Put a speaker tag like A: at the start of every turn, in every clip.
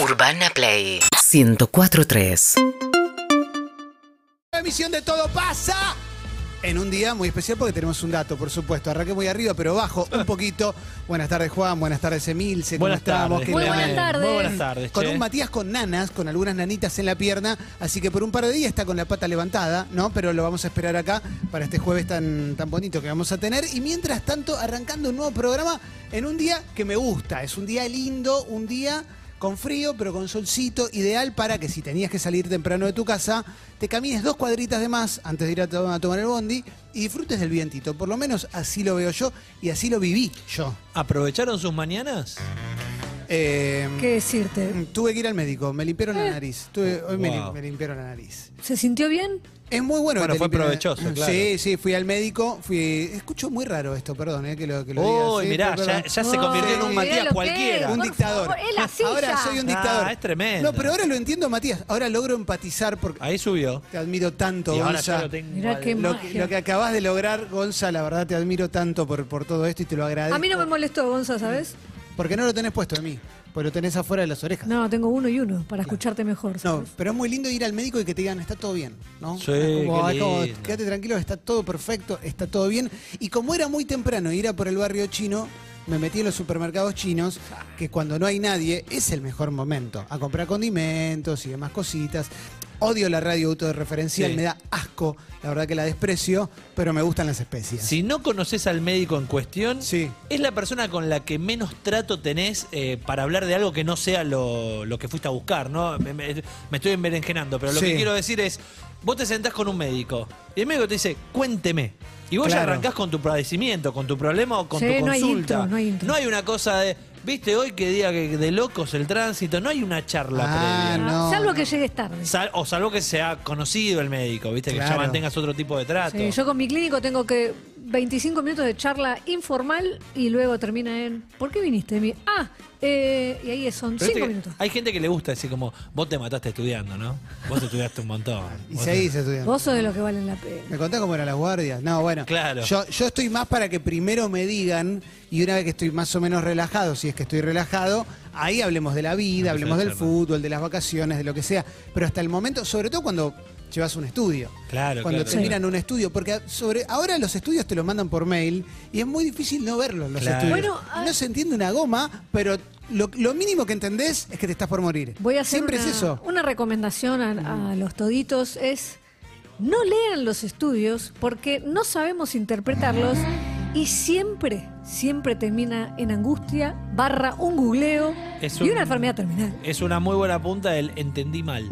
A: Urbana Play 1043.
B: La emisión de Todo pasa en un día muy especial porque tenemos un dato, por supuesto. Arranqué muy arriba, pero bajo un poquito. Buenas tardes, Juan. Buenas tardes, Emilce. ¿Cómo
C: Buenas
B: estamos?
C: tardes.
B: ¿Qué
D: Muy
B: tal?
D: buenas tardes.
C: Muy buenas tardes.
B: Con
C: che.
B: un Matías con nanas, con algunas nanitas en la pierna, así que por un par de días está con la pata levantada, ¿no? Pero lo vamos a esperar acá para este jueves tan, tan bonito que vamos a tener. Y mientras tanto, arrancando un nuevo programa en un día que me gusta. Es un día lindo, un día con frío, pero con solcito, ideal para que si tenías que salir temprano de tu casa, te camines dos cuadritas de más antes de ir a, to- a tomar el bondi y disfrutes del vientito. Por lo menos así lo veo yo y así lo viví yo.
C: ¿Aprovecharon sus mañanas?
B: Eh,
D: ¿Qué decirte?
B: Mm, Tuve que ir al médico, me limpiaron
D: Eh.
B: la nariz. Tuve- hoy me,
C: Oh, Wow.
B: lim- me limpiaron la nariz.
D: ¿Se sintió bien?
B: Es muy bueno. que
C: Bueno,
B: te
C: fue
B: limpien la-
C: provechoso, claro.
B: Sí, sí, fui al médico, fui... Escucho muy raro esto, perdón, eh, que lo, que lo diga
C: Uy,
B: así,
C: mirá,
B: pero-
C: ya, ya se convirtió en
B: Ay,
C: un
D: mirá
C: Matías
D: lo
C: cualquiera.
D: que es.
B: Un
D: Por
B: dictador.
D: favor, es así
B: Ahora
D: ya.
B: soy un
C: Ah,
B: dictador.
C: es tremendo.
B: No, pero ahora lo entiendo, Matías. Ahora logro empatizar porque
C: Ahí subió.
B: te admiro tanto,
C: Y ahora
B: Gonza.
C: yo lo tengo
D: Mirá
C: al-
D: qué
B: Lo, que-
D: magia.
B: lo que acabas de lograr, Gonza, la verdad te admiro tanto por, por todo esto y te lo agradezco.
D: A mí no me molestó, Gonza, ¿sabes?
B: Porque no lo tenés puesto en mí, porque lo tenés afuera de las orejas.
D: No, tengo uno y uno para escucharte mejor.
B: No,
D: ¿sabes?
B: pero es muy lindo ir al médico y que te digan, está todo bien, ¿no?
C: Sí,
B: Es como,
C: qué
B: es como,
C: lindo.
B: quédate tranquilo, está todo perfecto, está todo bien. Y como era muy temprano ir a por el barrio chino, me metí en los supermercados chinos, que cuando no hay nadie es el mejor momento, a comprar condimentos y demás cositas. Odio la radio autorreferencial,
C: Sí.
B: me da asco, la verdad que la desprecio, pero me gustan las especies.
C: Si no conoces al médico en cuestión,
B: Sí.
C: es la persona con la que menos trato tenés eh, para hablar de algo que no sea lo, lo que fuiste a buscar, ¿no? Me, me- me estoy enverenjenando, pero lo
B: Sí.
C: que quiero decir es, vos te sentás con un médico y el médico te dice, cuénteme. Y vos
B: Claro.
C: ya arrancás con tu padecimiento, con tu problema o con
D: Sí,
C: tu
D: no hay
C: consulta.
D: intro, no hay intro.
C: una cosa de, viste, hoy que día que- de locos el tránsito, no hay una charla
B: Ah,
C: previa.
D: Ah,
B: no,
D: Salvo
B: no.
D: que llegues tarde.
C: Sal- o salvo que sea conocido el médico, viste, que
B: Claro.
C: ya mantengas otro tipo de trato.
D: Sí, yo con mi clínico tengo que 25 minutos de charla informal y luego termina en ¿Por qué viniste? Mi- Ah, eh, y ahí son
C: Pero viste
D: 5
C: que
D: minutos.
C: Hay gente que le gusta decir como, vos te mataste estudiando, ¿no? Vos estudiaste un montón.
B: Y
C: Vos
B: seguís
C: te-
B: estudiando.
D: Vos sos de los que valen la pena.
B: ¿Me contás cómo eran las guardias? No, bueno.
C: Claro.
B: Yo, yo estoy más para que primero me digan, y una vez que estoy más o menos relajado, si es que estoy relajado, ahí hablemos de la vida,
C: Empezá
B: hablemos
C: la
B: del
C: charla.
B: fútbol, de las vacaciones, de lo que sea. Pero hasta el momento, sobre todo cuando llevas un estudio.
C: Claro,
B: Cuando
C: claro,
B: te
C: claro.
B: miran un estudio. Porque sobre ahora los estudios te los mandan por mail y es muy difícil no verlos los
C: Claro.
B: estudios.
D: Bueno, ah-
B: no se entiende una goma, pero lo, lo mínimo que entendés es que te estás por morir.
D: Voy a hacer
B: Siempre
D: una,
B: es eso.
D: una recomendación a, a los toditos es no lean los estudios porque no sabemos interpretarlos y siempre, siempre termina en angustia, barra un googleo
C: Es
D: y
C: un-
D: una enfermedad terminal.
C: Es una muy buena punta el entendí mal.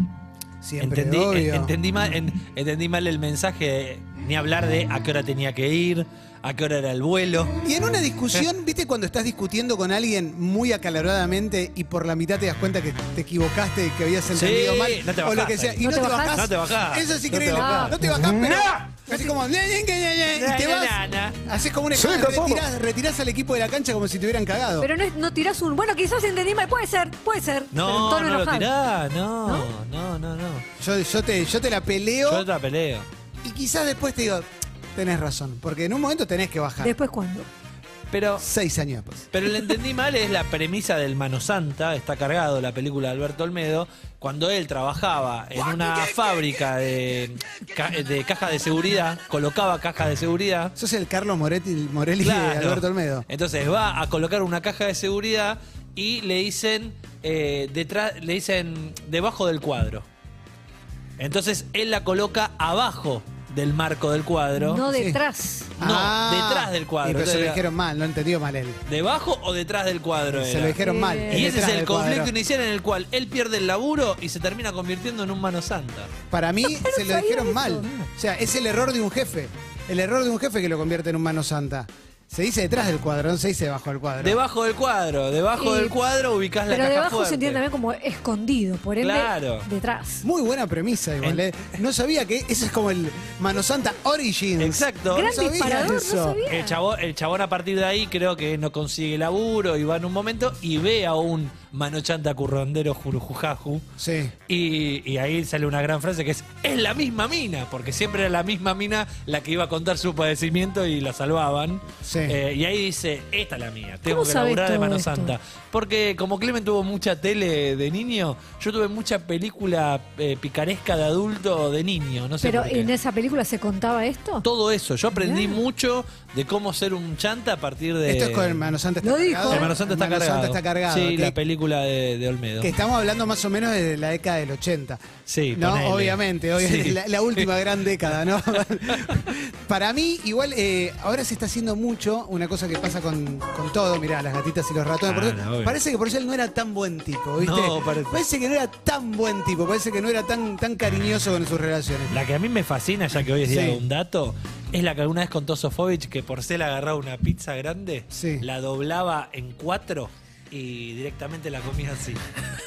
B: Siempre,
C: entendí,
B: obvio.
C: en- entendí mal en- entendí mal el mensaje, ni hablar de a qué hora tenía que ir, a qué hora era el vuelo.
B: Y en una discusión, ¿viste cuando estás discutiendo con alguien muy acaloradamente y por la mitad te das cuenta que te equivocaste, que habías entendido
C: Sí,
B: mal?
C: no te
B: o lo
C: bajás
B: que sea.
C: ahí.
B: Y no,
D: No
B: te
D: te
B: bajás.
D: bajás.
C: No te bajás.
B: Eso es
C: No te
B: increíble.
C: bajás.
B: No te bajás, pero. Así como. "Ñe, Ñe, Ñe, Ñe", Y te
C: Na,
B: vas.
C: na, na.
B: Haces como una. Retirás, retirás al equipo de la cancha como si te hubieran cagado.
D: Pero no, es- no tirás un. Bueno, quizás entendí mal, puede ser, puede ser. pero en
C: No,
D: tono
C: no lo
D: enojado.
C: tirá, no, no, no, no.
B: Yo, yo te, yo te la peleo
C: Yo otra peleo.
B: y quizás después te digo, tenés razón. Porque en un momento tenés que bajar.
D: Después, ¿cuándo?
C: Pero
B: Seis años después.
C: Pero el entendí mal es la premisa del Mano Santa, está cargado la película de Alberto Olmedo, cuando él trabajaba en una fábrica de, ca- de caja de seguridad, colocaba caja de seguridad.
B: Sos el Carlos Moretti, Morelli de
C: Claro.
B: Alberto Olmedo.
C: Entonces va a colocar una caja de seguridad y le dicen eh, detrás, le dicen debajo del cuadro. Entonces él la coloca abajo del marco del cuadro.
D: No
B: Sí.
D: detrás.
C: No, detrás del cuadro.
B: Ah, Y pero se
C: Entonces
B: lo
C: era-
B: dijeron mal, no entendió mal él.
C: ¿Debajo o detrás del cuadro?
B: Se lo
C: era?
B: dijeron mal.
D: Y
C: Y ese es
B: detrás
C: el
B: del
C: conflicto
B: cuadro.
C: inicial en el cual él pierde el laburo y se termina convirtiendo en un mano santa.
B: Para mí se lo
D: sabía
B: dijeron
D: eso.
B: mal. O sea, es el error de un jefe. El error de un jefe que lo convierte en un mano santa. Se dice detrás del cuadro, no se dice debajo del cuadro.
C: Debajo del cuadro, debajo
D: Y-
C: del cuadro ubicás Ah, la
D: Pero
C: caja
D: debajo
C: fuerte.
D: se entiende también como escondido, por ende,
C: Claro.
D: detrás.
B: Muy buena premisa igual, ¿eh? No sabía que ese es como el mano santa Origins.
C: Exacto.
D: Gran
B: sabía
D: disparador,
B: eso.
D: no sabía.
C: El chabón, el chabón a partir de ahí creo que no consigue laburo y va en un momento y ve a un Mano Chanta Currondero Jurujujaju.
B: Sí.
C: Y, y ahí sale una gran frase que es, es la misma mina, porque siempre era la misma mina la que iba a contar su padecimiento y la salvaban.
B: Sí.
C: Eh, y ahí dice, esta es la mía, tengo
D: ¿Cómo
C: que
D: sabes
C: laburar de
D: todo
C: mano
D: esto?
C: santa. Porque como Clemen tuvo mucha tele de niño, yo tuve mucha película eh, picaresca de adulto de niño, no sé
D: Pero
C: por qué.
D: en esa película se contaba esto.
C: Todo eso, yo aprendí
D: Mirá.
C: mucho de cómo ser un chanta a partir de...
B: Esto es con Hermano Santa está
D: Lo dijo.
B: cargado.
C: Hermano Eh, Santa está
B: Hermano
C: cargado.
B: Santa está cargado.
C: Sí,
B: que,
C: la película de, de Olmedo.
B: que estamos hablando más o menos desde la década del 80.
C: Sí,
B: No,
C: ponele.
B: obviamente, obviamente,
C: Sí.
B: la, la última gran década, ¿no? Para mí, igual, eh, ahora se está haciendo mucho una cosa que pasa con, con todo, mirá, las gatitas y los ratones.
C: Claro,
B: porque
C: Ah, obvio.
B: parece que Porcel no era tan buen tipo, ¿viste?
C: No, parece.
B: que no era tan buen tipo, parece que no era tan, tan cariñoso con sus relaciones.
C: La que a mí me fascina, ya que hoy es día
B: Sí.
C: de un dato, es la que alguna vez contó Sofovich que Porcel agarraba una pizza grande,
B: Sí.
C: la doblaba en cuatro y directamente la comía así.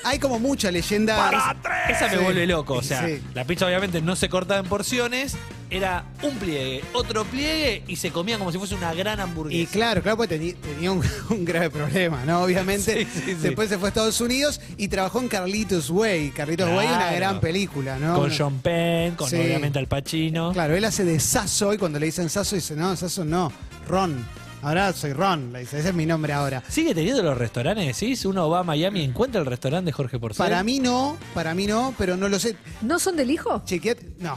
B: Hay como mucha leyenda.
C: Esa me
B: Sí.
C: vuelve loco. O sea,
B: Sí.
C: la pizza obviamente no se cortaba en porciones, era un pliegue, otro pliegue y se comía como si fuese una gran hamburguesa.
B: Y claro, claro, porque teni- tenía un, un grave problema, ¿no? Obviamente.
C: Sí, sí, sí.
B: Después se fue a Estados Unidos y trabajó en Carlitos Way. Carlitos Way, una
C: Claro.
B: gran película, ¿no?
C: Con
B: Una-
C: John Penn, con
B: Sí.
C: obviamente Al Pacino.
B: Claro, él hace de Sasso y cuando le dicen Sasso dice, no, Sasso no, Ron. Ahora soy Ron, le dice, ese es mi nombre ahora.
C: ¿Sigue teniendo los restaurantes? decís? Uno va a Miami y encuentra el restaurante de Jorge Porcel.
B: Para mí no, para mí no, pero no lo sé.
D: ¿No son del hijo?
B: Chequeate, no.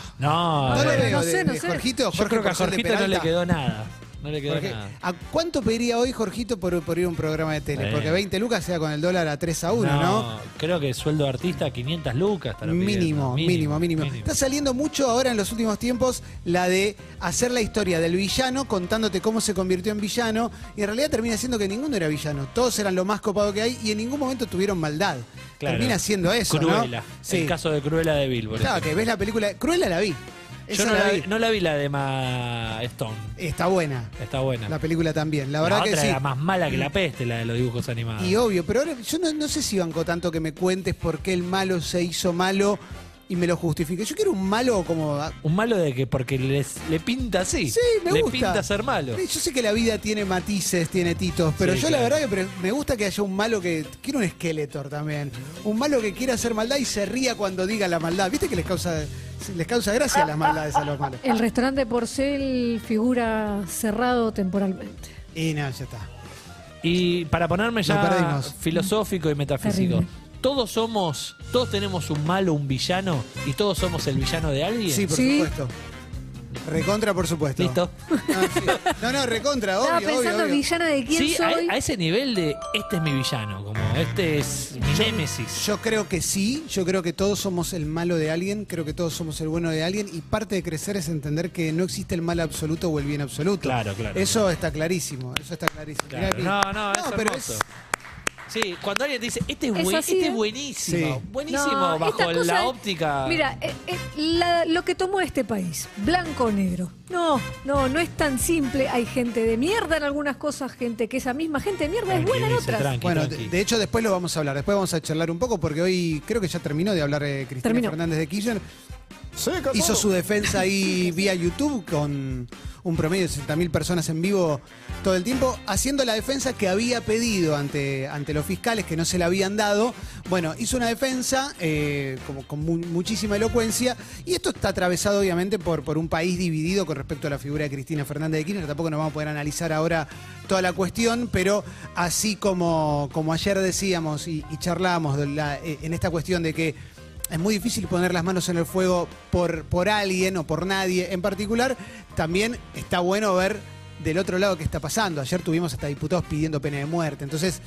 B: No
C: No, no,
B: lo
D: bueno.
B: veo
D: No
B: de-
D: sé, no
B: de
D: sé.
B: Jorgito,
C: Yo
B: Jorge
C: creo que a
B: Porcel de
C: Jorgito no le
B: Peralta.
C: quedó nada. No le quedó
B: Jorge,
C: nada.
B: ¿A cuánto pediría hoy Jorgito por, por ir a un programa de tele?
C: Sí.
B: Porque 20 lucas sea con el dólar a 3 a 1, ¿no?
C: Creo que sueldo de artista 500 lucas. estará
B: Mínimo,
C: pidiendo.
B: mínimo, mínimo, Está saliendo mucho ahora en los últimos tiempos la de hacer la historia del villano contándote cómo se convirtió en villano y en realidad termina siendo que ninguno era villano, todos eran lo más copado que hay y en ningún momento tuvieron maldad.
C: Claro.
B: Termina siendo eso,
C: Cruella.
B: ¿no? Sí.
C: El caso de Cruella de Bill, por
B: Claro,
C: ejemplo.
B: que ves la película, Cruella la vi. Esa
C: Yo no
B: la,
C: la,
B: vi.
C: no la vi la de Ma Stone.
B: Está buena.
C: Está buena.
B: La película también, la verdad
C: otra
B: que sí. Mm.
C: era más mala que la peste, la de los dibujos animados.
B: Y obvio, pero ahora yo no, no sé si banco tanto que me cuentes por qué el malo se hizo malo y me lo justifique. Yo quiero un malo como
C: Un malo de que porque les, le pinta así.
B: Sí, me
C: le
B: gusta.
C: pinta ser malo.
B: Sí, Yo sé que la vida tiene matices, tiene titos, pero
C: Sí,
B: yo la
C: claro.
B: verdad que pre- me gusta que haya un malo que. Quiero un Skeletor también. Un malo que quiera hacer maldad y se ría cuando diga la maldad. ¿Viste que les causa, les causa gracia las maldades a los malos?
D: El restaurante Porcel figura cerrado temporalmente.
B: Y no, ya está.
C: Y para ponerme
B: Lo
C: ya
B: perdimos.
C: filosófico y metafísico,
D: Terrible.
C: todos somos, todos tenemos un malo, un villano, y todos somos el villano de alguien.
B: Sí, por
D: Sí.
B: supuesto. Recontra, por supuesto.
C: Listo.
B: No, sí. no, no, recontra, obvio,
D: Estaba
B: obvio,
D: pensando,
B: obvio.
D: villana de quién
C: Sí, a,
D: soy.
C: a ese nivel de este es mi villano, como este es mi némesis.
B: Yo creo que sí, yo creo que todos somos el malo de alguien, creo que todos somos el bueno de alguien y parte de crecer es entender que no existe el mal absoluto o el bien absoluto.
C: Claro, claro.
B: Eso está clarísimo, eso está clarísimo.
C: Claro.
B: Mirá,
C: No,
B: Pi.
C: no, es
B: pero
C: hermoso. Sí, cuando alguien te dice, este es,
D: Es
C: buen-
D: así,
C: este
D: ¿eh?
C: es buenísimo,
B: Sí.
C: buenísimo,
D: No,
C: bajo
D: esta cosa
C: la
D: es-
C: óptica.
D: Mira, eh, eh, la- lo que tomó este país, blanco o negro. No, no, no es tan simple. Hay gente de mierda en algunas cosas, gente que esa misma gente de mierda es buena en
C: Tranquilice,
D: otras.
C: tranqui,
B: Bueno,
C: tranqui.
B: de, de hecho después lo vamos a hablar, después vamos a charlar un poco porque hoy creo que ya terminó de hablar eh, Cristina
D: Terminó.
B: Fernández de Kirchner. Hizo su defensa ahí vía YouTube con un promedio de 60.000 personas en vivo todo el tiempo, haciendo la defensa que había pedido ante, ante los fiscales que no se la habían dado. Bueno, hizo una defensa eh, como, con mu- muchísima elocuencia y esto está atravesado obviamente por, por un país dividido con respecto a la figura de Cristina Fernández de Kirchner. Tampoco nos vamos a poder analizar ahora toda la cuestión, pero así como, como ayer decíamos y, y charlábamos de la- eh, en esta cuestión de que es muy difícil poner las manos en el fuego por, por alguien o por nadie en particular. También está bueno ver del otro lado qué está pasando. Ayer tuvimos hasta diputados pidiendo pena de muerte. Entonces,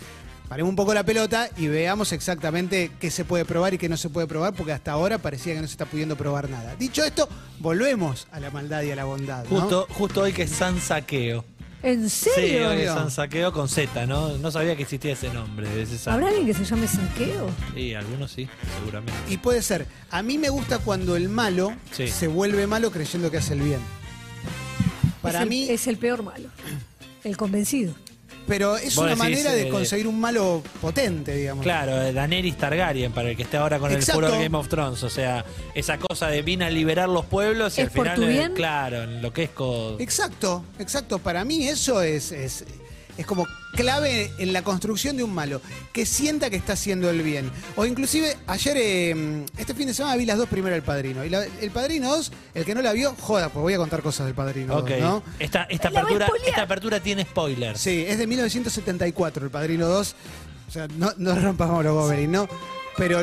B: paremos un poco la pelota y veamos exactamente qué se puede probar y qué no se puede probar, porque hasta ahora parecía que no se está pudiendo probar nada. Dicho esto, volvemos a la maldad y a la bondad. ¿no?
C: justo, justo hoy que es San Saqueo.
D: ¿En
C: Sí,
D: serio?
C: hoy es
B: Obvio.
C: San Saqueo con Z, ¿no? No sabía que existía ese nombre. de Ese santo.
D: ¿Habrá alguien que se llame saqueo?
C: Sí, algunos sí, seguramente.
B: Y puede ser. A mí me gusta cuando el malo
C: Sí.
B: se vuelve malo creyendo que hace el bien. Para
D: es el,
B: mí
D: Es el peor malo. El convencido.
B: Pero es
C: Vos
B: una
C: decís,
B: manera
C: eh,
B: de
C: de-
B: conseguir un malo potente, digamos.
C: Claro, eh, Daenerys Targaryen, para el que esté ahora con
B: Exacto.
C: el furor Game of Thrones. O sea, esa cosa de vine a liberar los pueblos y
D: ¿Es
C: al
D: por
C: final,
D: tu
C: eh,
D: bien?
C: claro, en lo que es co-
B: Exacto, exacto. Para mí eso es, es, es como clave en la construcción de un malo, que sienta que está haciendo el bien. O inclusive, ayer, eh, este fin de semana vi las dos primero El Padrino. Y la- El Padrino 2, el que no la vio, joda, pues voy a contar cosas del Padrino 2,
C: Ok.
B: ¿no?
C: Esta, esta,
D: La voy a
C: apertura,
D: spoilear.
C: esta apertura tiene spoilers.
B: Sí, es de 1974, El Padrino 2. O sea, no, no rompamos los Wolverine, ¿no? Pero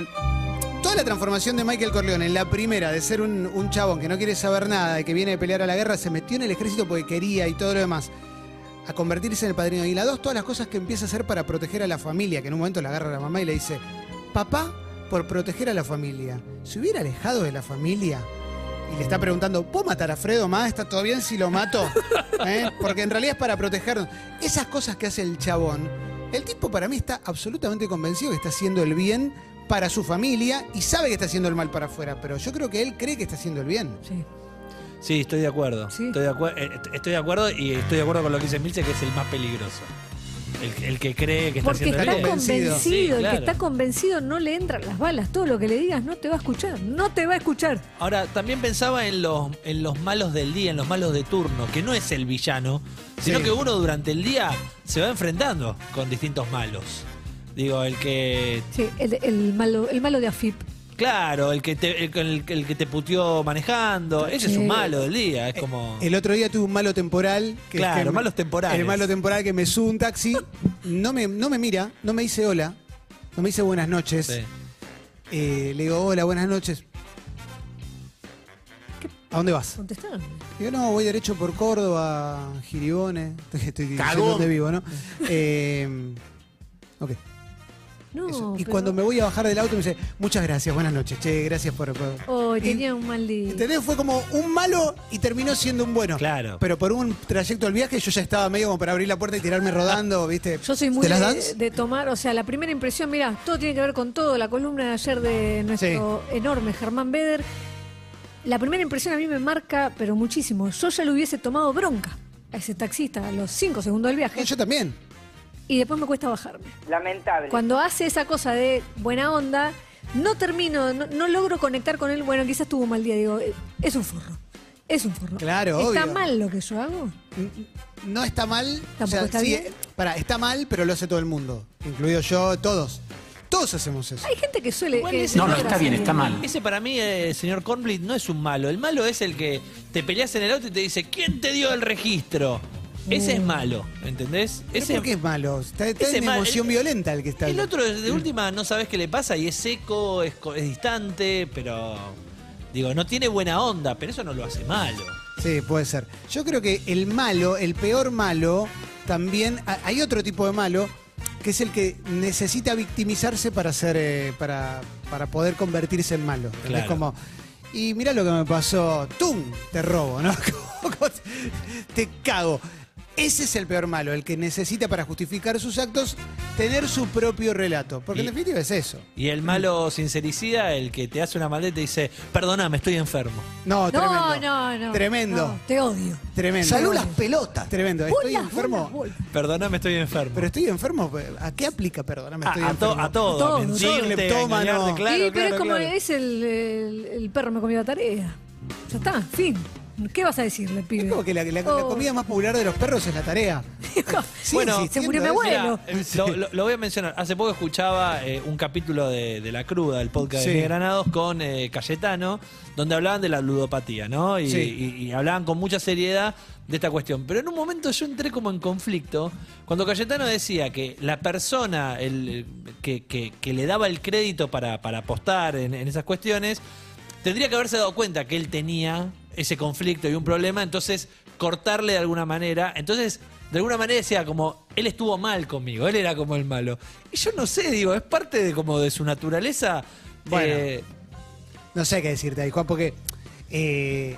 B: toda la transformación de Michael Corleone en la primera, de ser un, un chabón que no quiere saber nada, y que viene de pelear a la guerra, se metió en el ejército porque quería y todo lo demás, a convertirse en el padrino. Y en la 2, todas las cosas que empieza a hacer para proteger a la familia, que en un momento la agarra a la mamá y le dice, papá, por proteger a la familia, ¿se hubiera alejado de la familia? Y le está preguntando, ¿puedo matar a Fredo más? ¿Está todo bien si lo mato? ¿Eh? Porque en realidad es para protegernos. Esas cosas que hace el chabón, el tipo para mí está absolutamente convencido que está haciendo el bien para su familia y sabe que está haciendo el mal para afuera, pero yo creo que él cree que está haciendo el bien.
D: Sí.
C: Sí, estoy de acuerdo.
D: Sí.
C: Estoy, de acue- eh, est- estoy de acuerdo y estoy de acuerdo con lo que dice Milce, que es el más peligroso. El, el que cree que está
D: Porque
C: haciendo
D: está
C: el bien.
B: convencido.
D: convencido,
C: Sí,
D: el
C: claro.
D: que está convencido no le entran las balas, todo lo que le digas no te va a escuchar, no te va a escuchar.
C: Ahora, también pensaba en los, en los malos del día, en los malos de turno, que no es el villano, sino
B: Sí.
C: que uno durante el día se va enfrentando con distintos malos. Digo, el que.
D: Sí, el, el malo, el malo de AFIP.
C: Claro, el que te, el, el- el que te puteó manejando. Ese es
D: Sí.
C: un malo del día. Es Eh, como.
B: El otro día tuve un malo temporal. Que
C: Claro,
B: que me-
C: malos temporales.
B: El malo temporal que me sube un taxi, no me, no me mira, no me dice hola, no me dice buenas noches.
C: Sí.
B: Eh, le digo, hola, buenas noches.
D: ¿Qué?
B: ¿A dónde vas?
D: Contestaron.
B: Digo, no, voy derecho por Córdoba, Giribone. Estoy, estoy diciendo
E: Cagón.
B: dónde vivo, ¿no? Eh, ok.
D: No,
B: eso. Y
D: pero-
B: cuando me voy a bajar del auto me dice, muchas gracias, buenas noches, che, gracias por... por-".
D: Oh,
B: Y-
D: tenía un mal día.
B: ¿Entendés? Fue como un malo y terminó siendo un bueno.
C: Claro.
B: Pero por un trayecto del viaje yo ya estaba medio como para abrir la puerta y tirarme rodando, ¿viste?
D: Yo soy muy
B: ¿Te las
D: de,
B: das?
D: de tomar, o sea, la primera impresión, mira, todo tiene que ver con todo. La columna de ayer de nuestro enorme Germán Beder. La primera impresión a mí me marca, pero muchísimo. Yo ya le hubiese tomado bronca a ese taxista a los cinco segundos del viaje
B: Yo también.
D: y después me cuesta bajarme.
F: Lamentable.
D: Cuando hace esa cosa de buena onda, no termino, no, no logro conectar con él. Bueno, quizás tuvo un mal día, digo, eh, es un forro. Es un forro.
B: Claro,
D: ¿Está
B: obvio.
D: mal lo que yo hago?
B: No está mal.
D: Tampoco está bien.
B: Para, está mal, pero lo hace todo el mundo. Incluido yo, todos. Todos hacemos eso.
D: Hay gente que suele.
C: Igual
D: que
C: ese- No, no, está
D: bien, está mal.
C: Ese para mí, eh, señor Cornblit, no es un malo. El malo es el que te peleas en el auto y te dice, ¿quién te dio el registro? Ese
D: Mm.
C: es malo, ¿entendés?
B: ¿Pero
C: Ese,
B: ¿Por qué es malo? Está, está
C: ese
B: en
C: mal-
B: emoción
C: el-
B: violenta el que está.
C: el otro, de última, no sabes qué le pasa y es seco, es, co- es distante, pero... Digo, no tiene buena onda, pero eso no lo hace malo.
B: Sí, puede ser. Yo creo que el malo, el peor malo, también ha- hay otro tipo de malo que es el que necesita victimizarse para ser, eh, para, para poder convertirse en malo. Es
C: Claro.
B: como y mira lo que me pasó, tum, te robo, ¿no? Como- como te cago. Ese es el peor malo, el que necesita para justificar sus actos tener su propio relato, porque en
C: Y-
B: definitiva es eso.
C: Y el
B: Mm.
C: malo sincericida, el que te hace una maldad y te dice, perdóname, estoy enfermo.
B: No,
D: No,
B: tremendo.
D: no, no.
B: Tremendo.
D: No, te odio.
B: Tremendo.
E: Salud las pelotas.
B: Tremendo. Estoy
D: Bolas,
B: enfermo.
D: bolas, bolas.
C: Perdóname, estoy enfermo.
B: Pero estoy enfermo, ¿a qué aplica? Perdóname,
C: Ah,
B: estoy
C: a, to-
B: enfermo.
C: a todo,
D: Todo,
C: a mentirte,
B: todo.
C: a
B: Cleptómano.
C: engañarte, claro,
D: y, pero
C: claro,
D: es como
C: claro.
D: es el, el- el perro me comió la tarea. Ya está, fin. ¿Qué vas a decirle, pibe?
B: Es como que la, la- la
D: Oh.
B: comida más popular de los perros es la tarea. Sí,
C: Bueno,
B: insistiendo
D: se murió mi
B: en eso.
D: abuela. Bueno.
C: Mira, eh, lo, lo- lo voy a mencionar. Hace poco escuchaba eh, un capítulo de, de La Cruda, del podcast
B: Sí.
C: de Miguel Granados, con eh, Cayetano, donde hablaban de la ludopatía, ¿no? Y,
B: Sí.
C: y- y hablaban con mucha seriedad de esta cuestión. Pero en un momento yo entré como en conflicto cuando Cayetano decía que la persona el- el- que, que- que le daba el crédito para, para apostar en- en esas cuestiones tendría que haberse dado cuenta que él tenía ese conflicto y un problema, entonces cortarle de alguna manera. Entonces, de alguna manera decía como, él estuvo mal conmigo, él era como el malo. Y yo no sé, digo, es parte de como de su naturaleza.
B: Bueno.
C: eh,
B: No sé qué decirte ahí, Juan, porque eh,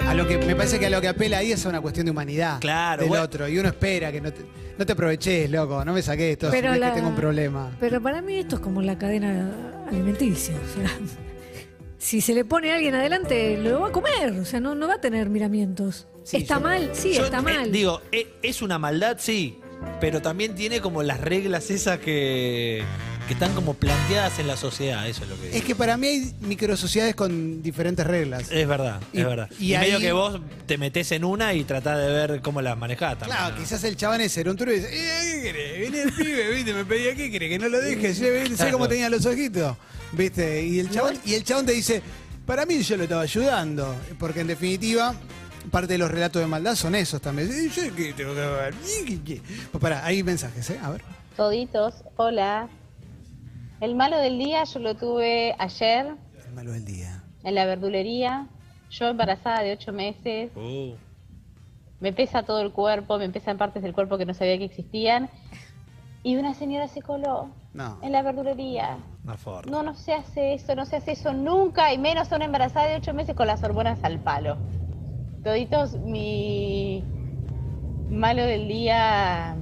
B: a lo que me parece que a lo que apela ahí es a una cuestión de humanidad
C: Claro,
B: del
C: bueno.
B: otro. Y uno espera que no te, no te aproveches, loco, no me saques esto, si no es
D: la-
B: que tengo un problema.
D: Pero para mí esto es como la cadena alimenticia. o sea, si se le pone a alguien adelante, lo va a comer. O sea, no, no va a tener miramientos.
B: Sí,
D: está
B: yo-
D: mal, sí,
C: yo,
D: está
C: eh,
D: mal.
C: digo, eh, es una maldad, sí, pero también tiene como las reglas esas que, que están como planteadas en la sociedad, eso es lo que digo.
B: Es que para mí hay microsociedades con diferentes reglas.
C: Es verdad,
B: Y-
C: es verdad.
B: y
C: Y, medio
B: ahí-
C: que vos te metés en una y tratás de ver cómo las manejás también.
B: Claro,
C: ¿no?
B: quizás el chabón es un y dice, "Eh, ¿qué querés? Viene el pibe, viste, me pedía qué querés, que no lo deje, yo, ¿viste? ¿sabés
C: Claro.
B: cómo tenía los ojitos? ¿Viste? Y el chabón, y el chabón te dice, para mí yo lo estaba ayudando, porque en definitiva, parte de los relatos de maldad son esos también. "Eh, Yo qué tengo que ver, ¿Y qué, qué?". Pues pará, hay mensajes, ¿eh? A ver.
E: Toditos, hola. El malo del día yo lo tuve ayer
B: El malo del día.
E: en la verdulería. Yo embarazada de ocho meses,
C: Uh,
E: me pesa todo el cuerpo, me pesan partes del cuerpo que no sabía que existían. Y una señora se coló
B: No.
E: en la verdulería.
C: una forma.
E: No, no se hace eso, no se hace eso nunca, y menos a una embarazada de ocho meses con las hormonas al palo. Toditos, mi malo del día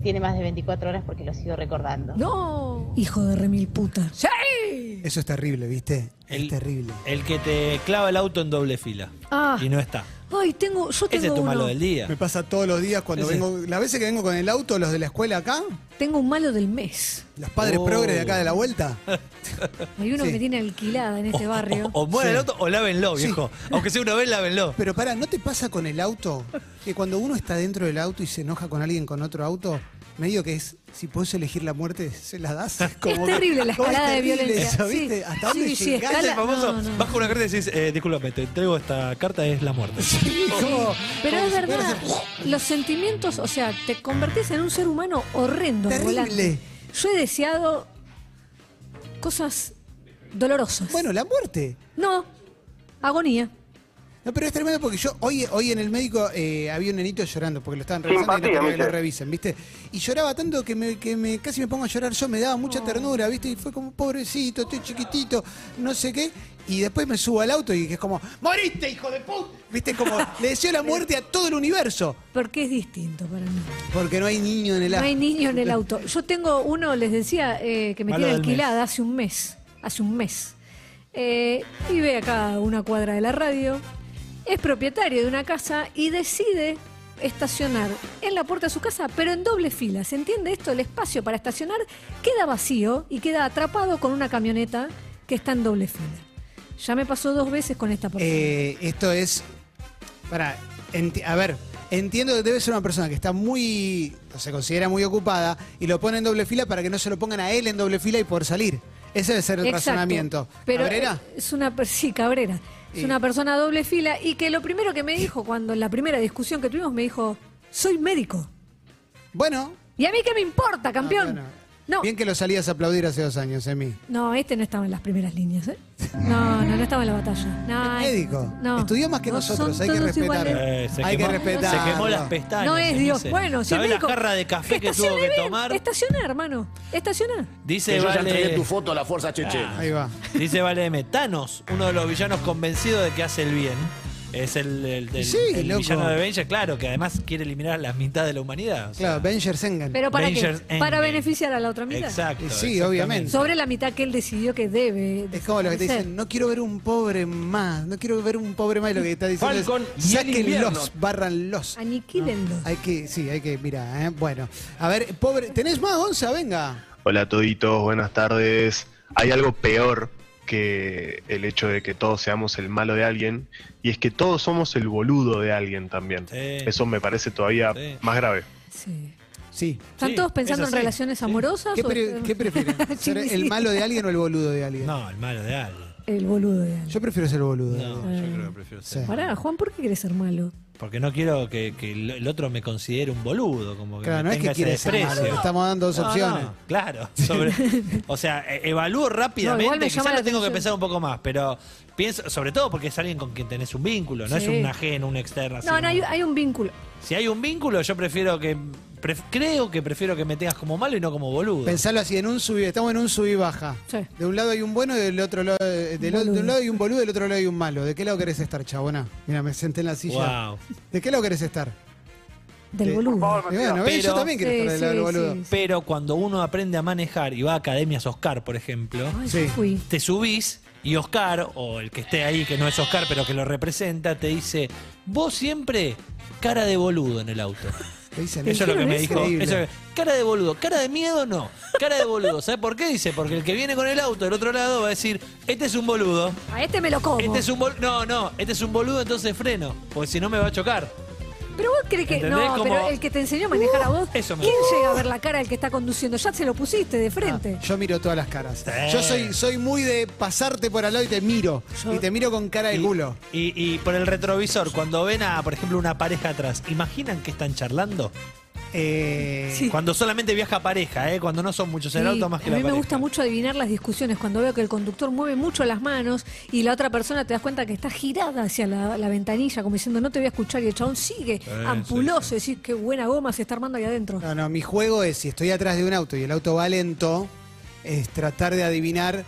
E: tiene más de 24 horas porque lo sigo recordando.
D: No. Hijo de remil puta. ¡Sí!
B: Eso es terrible, ¿viste? Es terrible.
C: El que te clava el auto en doble fila.
D: Ah.
C: Y no está.
D: Ay, tengo, yo tengo
C: Ese es tu
D: uno.
C: malo del día.
B: Me pasa todos los días cuando
C: Ese-
B: vengo, las veces que vengo con el auto, los de la escuela acá,
D: Tengo un malo del mes.
B: los padres
C: Oh.
B: progres de acá de la vuelta.
D: Hay uno
B: Sí.
D: que me tiene alquilada en este
C: O-
D: barrio.
C: O, o muere el auto o lávenlo,
B: Sí.
C: viejo. Aunque sea una vez, lávenlo.
B: Pero pará, ¿no te pasa con el auto? Que cuando uno está dentro del auto y se enoja con alguien con otro auto, medio que es, si podés elegir la muerte, se la das. Como que-
D: terrible la
B: como es
D: escalada de
B: terrible
D: violencia.
B: eso,
D: Sí.
B: ¿viste? ¿Hasta dónde
D: Sí, sí,
B: llegás?
C: Es el
D: escala-
C: famoso,
D: no, no, no.
C: baja una carta y decís, eh, discúlpame, te entrego esta carta, es la muerte.
B: Como-
D: Pero
B: como
D: es
B: si fueras
D: verdad, los sentimientos, o sea, te convertís en un ser humano horrendo,
B: Terrible.
D: volante. Yo he deseado cosas dolorosas.
B: a- Bueno, la muerte.
D: no, agonía.
B: No, pero es tremendo porque yo hoy, hoy en el médico eh, había un nenito llorando porque lo estaban revisando y no quería que lo revisen, ¿viste? Y lloraba tanto que, me, que me- casi me pongo a llorar yo, me daba mucha ternura, ¿viste? Y fue como, pobrecito, estoy chiquitito, no sé qué. Y después me subo al auto y es como, ¡moriste, hijo de puta! ¿Viste? Como le deseo la muerte a todo el universo.
D: Porque es distinto para mí.
B: Porque no hay niño en el
D: No
B: auto.
D: hay niño en el auto. Yo tengo uno, les decía, eh, que me
C: Malo
D: tiene
C: del
D: alquilada hace un mes. Hace un mes. Eh, vive acá a una cuadra de la radio. Es propietario de una casa y decide estacionar en la puerta de su casa, pero en doble fila. ¿Se entiende esto? El espacio para estacionar queda vacío y queda atrapado con una camioneta que está en doble fila. Ya me pasó dos veces con esta persona.
B: Eh, esto es. Para. a ver, entiendo que debe ser una persona que está muy. o se considera muy ocupada y lo pone en doble fila para que no se lo pongan a él en doble fila y poder salir. Ese debe ser el
D: Exacto.
B: razonamiento.
D: Pero eh,
B: ¿Cabrera?
D: Es una, per- sí, Cabrera. Es
B: Y-
D: una persona doble fila y que lo primero que me dijo cuando en la primera discusión que tuvimos me dijo, soy médico.
B: Bueno.
D: ¿Y a mí qué me importa, campeón?
B: ah,
D: No,
B: bueno. Bien que lo salías a aplaudir hace dos años, Emi.
D: no, este no estaba en las primeras líneas, ¿eh? No, no, no estaba en la batalla. No,
B: Es
D: este-
B: médico. Estudió más que
D: No
B: nosotros,
D: son
B: hay que
D: todos
B: respetarlo.
D: iguales.
C: Eh, se
B: hay
C: quemó-
B: que respetarlo.
C: Se quemó las pestañas.
D: No es
C: en
D: Dios.
C: ese.
D: Bueno, si
C: ¿Sabés
D: el
C: la
D: médico-
C: jarra de café que tuvo
D: estacione
C: que
D: bien,
C: tomar?
D: Estaciona, hermano. Estaciona.
C: Dice
F: Que yo ya entregué
C: Vale,
F: tu foto a la fuerza chechena.
B: Ahí va.
C: dice Vale M. Thanos, uno de los villanos convencido de que hace el bien. Es el, el- el-
B: Sí,
C: el
B: loco.
C: villano de Benja, claro, que además quiere eliminar la mitad de la humanidad. o sea,
B: Claro, Benjer Sengen.
D: Pero para
C: Avengers
D: qué? Para
C: Endgame.
D: beneficiar a la otra mitad.
C: Exacto.
B: Y sí,
C: exactamente.
B: obviamente.
D: Sobre la mitad que él decidió que debe.
B: Es como lo que te
D: desaparecer.
B: dicen, no quiero ver un pobre más, no quiero ver un pobre más, y lo que está diciendo
F: Falcon
B: es,
F: y el invierno.
B: sáquenlos, barranlos.
D: Aniquílenlo.
B: Hay que, sí, hay que, mira, ¿eh? bueno. A ver, pobre, ¿tenés más, Onza? Venga.
G: Hola toditos, buenas tardes. Hay algo peor que el hecho de que todos seamos el malo de alguien y es que todos somos el boludo de alguien también.
C: Sí.
G: Eso me parece todavía
C: Sí.
G: más grave.
D: Sí.
B: Sí.
D: ¿Están
C: Sí,
D: todos pensando
C: es
D: en
C: así,
D: relaciones
C: sí.
D: amorosas?
B: ¿Qué,
D: o-
B: pre- qué prefieren? ¿Ser
D: Chimi.
B: el malo de alguien o el boludo de alguien?
C: No, el malo de alguien.
D: El boludo de alguien.
B: Yo prefiero ser el boludo. de alguien.
C: No, yo creo que prefiero ser.
B: Sí.
D: Pará, Juan, ¿por qué querés ser malo?
C: Porque no quiero que, que el el otro me considere un boludo, como que
B: Claro,
C: me
B: no es que
C: tenga ese
B: quieres ser malo,
C: desprecio.
B: le estamos dando dos
C: No, no,
B: opciones.
C: claro. Sobre- o sea, e- evalúo
D: No, igual
C: rápidamente,
D: me
C: quizás
D: llama la
C: lo tengo que
D: atención.
C: pensar un poco más, pero pienso, sobre todo porque es alguien con quien tenés un vínculo, no
D: Sí.
C: es un ajeno, un externo. así,
D: No, no, hay, hay un vínculo.
C: Si hay un vínculo, yo prefiero que. pref- creo que prefiero que me tengas como malo y no como boludo.
B: Pensalo así, en un sub estamos en un sub y baja.
D: Sí.
B: De un lado hay un bueno, del otro lado, eh, del,
D: Boludo.
B: de un lado hay un boludo, del otro lado hay un malo. ¿De qué lado querés estar, chabona? Mira, me senté en la silla.
C: Wow.
B: ¿De qué lado querés estar?
D: Del
B: Sí.
D: boludo.
B: Y bueno, ¿ves? yo
C: Pero-
B: también quiero
D: Sí,
B: estar del lado del
D: sí,
B: boludo.
D: sí.
C: Pero cuando uno aprende a manejar y va a academias Oscar, por ejemplo,
D: Ay,
B: Sí.
D: yo fui.
C: te subís y Oscar, o el que esté ahí, que no es Oscar, pero que lo representa, te dice, vos siempre cara de boludo en el auto.
B: Te dicen
C: Eso es lo que me
B: Es
C: dijo.
B: increíble.
C: eso es- cara de boludo. Cara de miedo, no. Cara de boludo. ¿Sabes por qué dice? Porque el que viene con el auto del otro lado va a decir, este es un boludo.
D: A este me lo como.
C: Este es un boludo. No, no. Este es un boludo, entonces freno. Porque si no me va a chocar.
D: Pero vos crees que. No,
C: ¿Entendés? Como- Uh,
D: pero el que te enseñó a manejar a vos.
C: Eso me
D: ¿Quién
C: gusta. Ah.
D: llega a ver la cara del que está conduciendo? Ya se lo pusiste de frente.
B: Yo miro todas las caras.
C: Sí.
B: Yo soy, soy muy de pasarte por al lado y te miro.
D: Yo-
B: Y te miro con cara de
C: Y-
B: culo.
C: Y, y por el retrovisor, cuando ven a, por ejemplo, una pareja atrás, ¿imaginan que están charlando?
B: Eh,
D: Sí.
C: Cuando solamente viaja pareja, ¿eh? cuando no son muchos en el
D: Sí,
C: auto más que
D: a
C: la
D: mí me
C: pareja.
D: gusta mucho adivinar las discusiones cuando veo que el conductor mueve mucho las manos y la otra persona te das cuenta que está girada hacia la, la ventanilla, como diciendo no te voy a escuchar, y el chabón sigue ampuloso, decís qué buena goma se está armando ahí adentro.
B: No, no, mi juego es, si estoy atrás de un auto y el auto va lento, es tratar de adivinar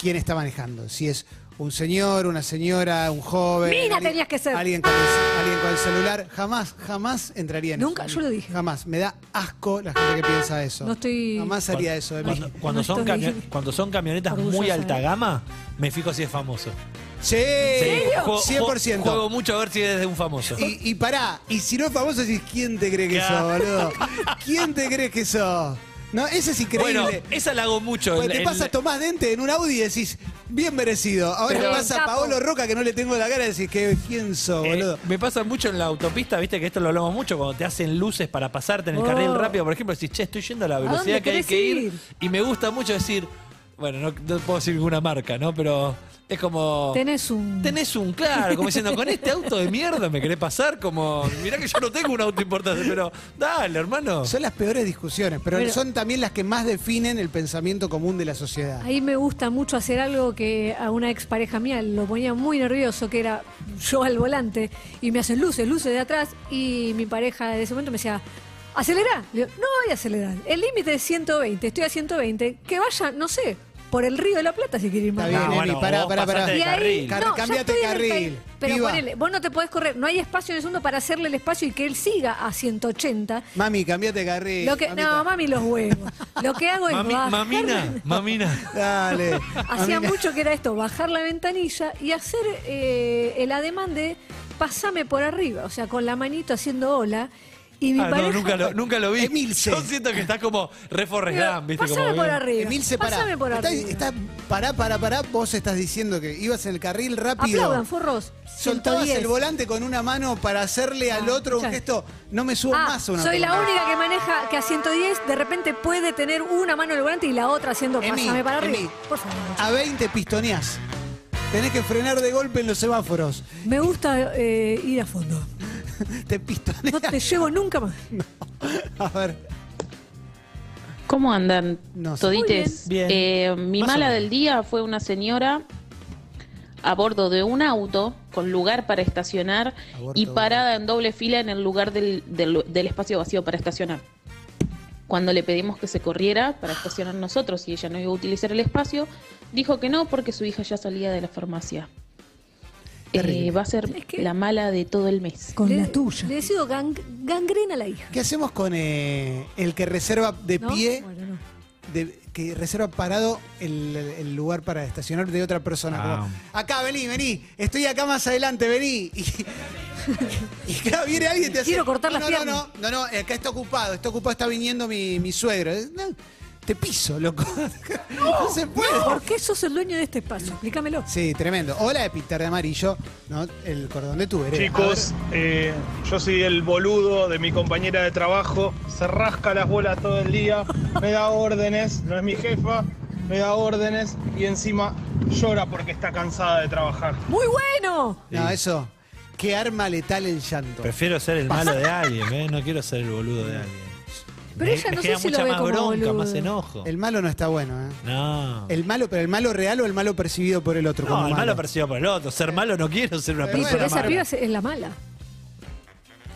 B: quién está manejando. Si es un señor, una señora, un joven.
D: Mina
B: alguien-
D: tenías que ser.
B: Alguien con, el, alguien con el celular. Jamás, jamás entraría en
D: Nunca,
B: eso.
D: yo lo dije.
B: Jamás. Me da asco la gente que piensa eso.
D: No estoy-
B: Jamás haría eso de mí.
C: Cuando, cuando
D: No
C: son
D: estoy-
C: camio- cuando son camionetas muy
D: Orgullosa,
C: alta
D: eh.
C: gama, me fijo si es famoso.
B: Sí,
C: Juego- juego-
B: 100%.
C: Juego mucho a ver si es de un famoso.
B: Y, y pará, y si no es famoso, decís, ¿quién te cree que sos, boludo? ¿Quién te cree que sos? No, eso es increíble.
C: bueno, esa la hago mucho.
B: Porque
C: El-
B: Pues te
C: el-
B: pasa Tomás Dente en un Audi y decís, bien merecido. Ahora
D: Pero-
B: te pasa a
D: Capo.
B: Paolo Roca que no le tengo la cara y decís, que quién sos,
C: eh,
B: boludo.
C: me pasa mucho en la autopista, viste que esto lo hablamos mucho, cuando te hacen luces para pasarte en el
D: Oh.
C: carril rápido, por ejemplo, decís, che, estoy yendo a la velocidad
D: dónde
C: que hay
D: querés
C: que ir?
D: ir?
C: Y me gusta mucho decir, bueno, no, no puedo decir ninguna marca, ¿no? Pero es como...
D: Tenés un...
C: Tenés un claro, como diciendo, con este auto de mierda me querés pasar, como, mirá que yo no tengo un auto importante, pero dale, hermano.
B: Son las peores discusiones, pero,
D: Pero-
B: son también las que más definen el pensamiento común de la sociedad.
D: Ahí me gusta mucho hacer algo que a una expareja mía lo ponía muy nervioso, que era yo al volante, y me hacen luces, luces de atrás, y mi pareja de ese momento me decía, acelera. Le digo, no voy a acelerar. El límite es 120, estoy a 120, que vaya, no sé, por el río de la Plata si quiere ir más
B: Está
D: rápido.
B: bien,
C: No,
B: Emi,
C: bueno,
B: pará,
C: vos
B: pará, pará.
C: pasate de
D: Y ahí,
C: carril.
B: Car-
D: no, ya
B: cámbiate
D: estoy en el
B: carril,
D: Pero
B: piba.
D: ponele, vos no te podés correr, no hay espacio en el segundo para hacerle el espacio y que él siga a 180.
B: Mami, cambiate de carril.
D: Lo que,
B: mamita.
D: no, mami los huevos. Lo que hago es
C: Mami-
D: bajarme-
C: mamina, mamina.
B: Dale.
D: Hacía
B: mamita.
D: mucho que era esto, bajar la ventanilla y hacer eh, el ademán de pasame por arriba, o sea, con la manito haciendo ola. Y mi
C: Ah,
D: pareja,
C: no, nunca lo, nunca lo vi.
B: Emilce.
C: Yo siento que estás como re Forrest
D: Digo,
C: Gump, ¿viste?
D: pasame
C: Como
D: por
C: bien.
D: arriba.
B: Emilce, pará.
D: pasame por
B: Está-
D: arriba.
B: está- pará, pará, pará. Vos estás diciendo que ibas en el carril rápido.
D: Aplaudan, forros.
B: Soltabas
D: 110.
B: el volante con una mano para hacerle al
D: Ah,
B: otro un
D: escuchá.
B: gesto. No me subo
D: Ah,
B: más a una
D: soy la
B: autopista.
D: única que maneja que a 110 de repente puede tener una mano en el volante y la otra haciendo
B: Emi,
D: pasame para arriba.
B: Emi.
D: Por favor.
B: A 20 pistoneás. Tenés que frenar de golpe en los semáforos.
D: Me gusta eh, ir a fondo.
B: Te pistoneas.
D: No te llevo nunca más.
B: A ver.
H: ¿Cómo andan
B: No sé.
H: todites?
C: Muy bien.
H: Eh, mi
C: Más o
H: mala
C: menos.
H: del día fue una señora a bordo de un auto con lugar para estacionar
B: A bordo
H: y
B: de un
H: parada en doble fila en el lugar del, del- del espacio vacío para estacionar. Cuando le pedimos que se corriera para estacionar nosotros y ella no iba a utilizar el espacio, dijo que no porque su hija ya salía de la farmacia. Eh,
B: Terrible.
H: va a ser
D: Es que-
H: la mala de todo el mes.
I: Con
D: Le-
I: la tuya.
D: Le decido gang- gangrena a la hija.
B: ¿Qué hacemos con eh, el que reserva de
D: ¿no?
B: pie,
D: Bueno, no.
B: de- que reserva parado el, el lugar para estacionar de otra persona? Como, acá, vení, vení. Estoy acá más adelante, vení. Y, y claro, viene alguien y te hace.
D: Quiero cortar
B: no,
D: las
B: no, no, no, no, no, acá está ocupado. Está ocupado, está viniendo mi, mi suegro. Eh, no, te piso, loco. No, se puede.
D: ¿Por qué sos el dueño de este espacio? Explícamelo.
B: Sí, tremendo. O la de pintar de amarillo, ¿no? El cordón de tu vereda.
J: Chicos, eh, yo soy el boludo de mi compañera de trabajo. Se rasca las bolas todo el día, me da órdenes, no es mi jefa, me da órdenes y encima llora porque está cansada de trabajar.
D: ¡Muy bueno!
B: No, eso. Qué arma letal el llanto.
C: Prefiero ser el malo de alguien, ¿eh? no quiero ser el boludo de alguien.
D: Pero
C: Me-
D: ella
C: me
D: no sé
C: genera
D: si lo
C: mucha
D: ve
C: más
D: como
C: bronca,
D: boludo.
C: más enojo.
B: El malo no está bueno, ¿eh?
C: No.
B: El malo, pero el malo real o el malo percibido por el otro.
C: no,
B: como
C: el malo percibido por el otro. Ser malo no quiero ser una
B: Sí,
D: Y
C: persona
D: pero
B: bueno,
D: esa
C: mala.
D: piba es- es la mala.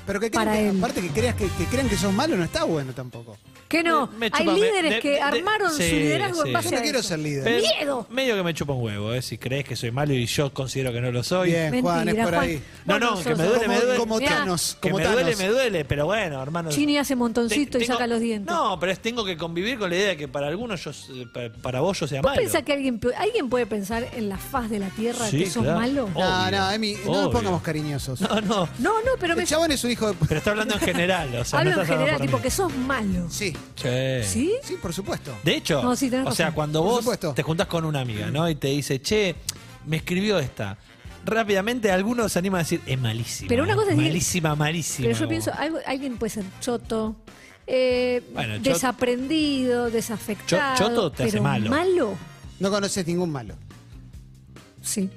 B: Pero que,
D: para
B: crean que-
D: él.
B: aparte que creas que, que crean que sos malo no está bueno tampoco.
D: Que no,
C: Me- me
D: hay
C: chupa, me-
D: líderes
C: de-
D: que
C: de- de-
D: armaron
C: sí,
D: su liderazgo
C: sí.
D: en
B: Yo
D: base
B: no
D: a
B: quiero
D: eso.
B: ser líder.
C: Pero
D: ¡Miedo!
C: Medio que me chupa un huevo, ¿eh? Si crees que soy malo y yo considero que no lo soy.
B: Bien, Juan, es
D: Mentira,
B: por
D: Juan.
B: ahí.
C: No,
D: Vos
C: no, que
D: sos-
C: me duele, me duele.
B: Como
D: Mirá,
B: Thanos,
C: Que
B: como
C: me
B: Thanos.
C: duele, me duele, pero bueno, hermano.
D: Chini hace montoncito y
C: Tengo-
D: saca los dientes.
C: No, pero es- tengo que convivir con la idea de que para algunos yo, s- pa- para vos yo sea
D: ¿Vos
C: malo.
D: pensás que alguien, pe- alguien puede pensar en la faz de la tierra
C: Sí,
D: que sos
C: claro. Oh.
D: malo?
C: Obvio,
B: No, no, Emi, no nos
C: obvio.
B: pongamos cariñosos.
C: No, no.
D: No, no, pero me,
B: el chabón es un hijo de.
C: Pero está hablando en general, o sea,
D: Hablo
C: no
D: en
C: estás hablando
D: general,
C: por
D: tipo
C: mí.
D: que sos malo.
B: Sí,
C: Che.
D: ¿Sí?
B: sí, por supuesto.
C: De hecho,
D: No, sí, tenés
C: o sea,
D: razón.
C: cuando
B: Por
C: vos
B: supuesto.
C: te juntás con una amiga, ¿no? Y te dice, che, me escribió esta. Rápidamente algunos se anima a decir, es malísima.
D: Pero una cosa es decir-
C: Malísima, malísima.
D: Pero yo
C: como-
D: pienso, ah, algo- alguien puede ser choto, eh,
C: Bueno, chot-
D: desaprendido, desafectado.
C: Cho- choto te hace
D: pero
C: malo.
D: Malo,
B: No conoces ningún malo.
D: sí.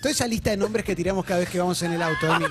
B: Toda esa lista de nombres que tiramos cada vez que vamos en el auto, Emi.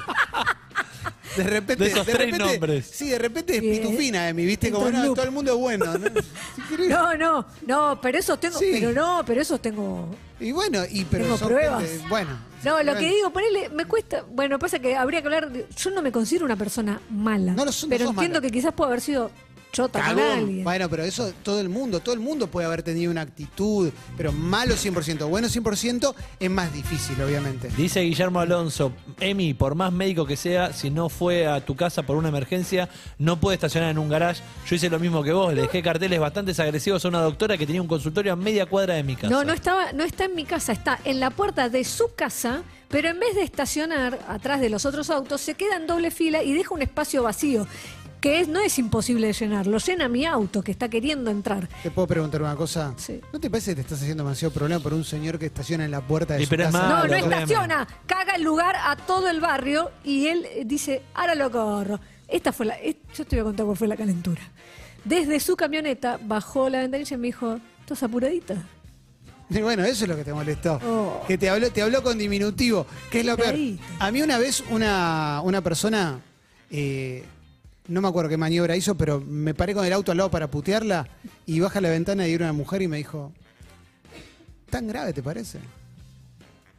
B: De repente,
C: De esos tres
B: repente-
C: nombres.
B: Sí, de repente es
D: Bien.
B: pitufina, Emi, viste, como
D: Entra en
B: no,
D: loop.
B: todo el mundo es bueno. ¿no? Si querés.
D: No, no, no, pero esos tengo,
B: Sí.
D: pero no, pero esos tengo.
B: Y bueno, y pero
D: Tengo
B: son
D: pruebas.
B: gente- bueno.
D: No, lo
B: bueno.
D: que digo, ponele, me cuesta. Bueno, pasa que habría que hablar. de- yo no me considero una persona mala.
B: No lo sos, no
D: pero
B: sos
D: entiendo
B: mala.
D: que quizás puedo haber sido chota con
B: Cagón.
D: alguien.
B: Bueno, pero eso todo el mundo, todo el mundo puede haber tenido una actitud, pero malo 100%, bueno 100% es más difícil, obviamente.
C: Dice Guillermo Alonso, Emi, por más médico que sea, si no fue a tu casa por una emergencia, no puede estacionar en un garage. Yo hice lo mismo que vos, le dejé carteles bastante agresivos a una doctora que tenía un consultorio a media cuadra de mi casa.
D: No, no estaba, no está en mi casa, está en la puerta de su casa, pero en vez de estacionar atrás de los otros autos, se queda en doble fila y deja un espacio vacío, que es, no es imposible de llenar, lo llena mi auto que está queriendo entrar.
B: ¿Te puedo preguntar una cosa?
D: Sí.
B: ¿No te parece que te estás haciendo demasiado problema por un señor que estaciona en la puerta de
C: Y
B: su
C: pero es
B: casa?
C: Ah,
D: No,
C: lo
D: no
C: tremendo.
D: estaciona, caga el lugar a todo el barrio y él eh, dice, ahora lo corro. Esta fue la, es- yo te voy a contar cuál fue la calentura. Desde su camioneta bajó la ventanilla y me dijo, ¿estás apuradita?
B: Y bueno, eso es lo que te molestó.
D: Oh.
B: Que te habló, te habló con diminutivo, que es lo peor.
D: Pegadito.
B: A mí una vez una, una persona, eh, no me acuerdo qué maniobra hizo, pero me paré con el auto al lado para putearla y baja la ventana y era una mujer y me dijo, ¿tan grave te parece?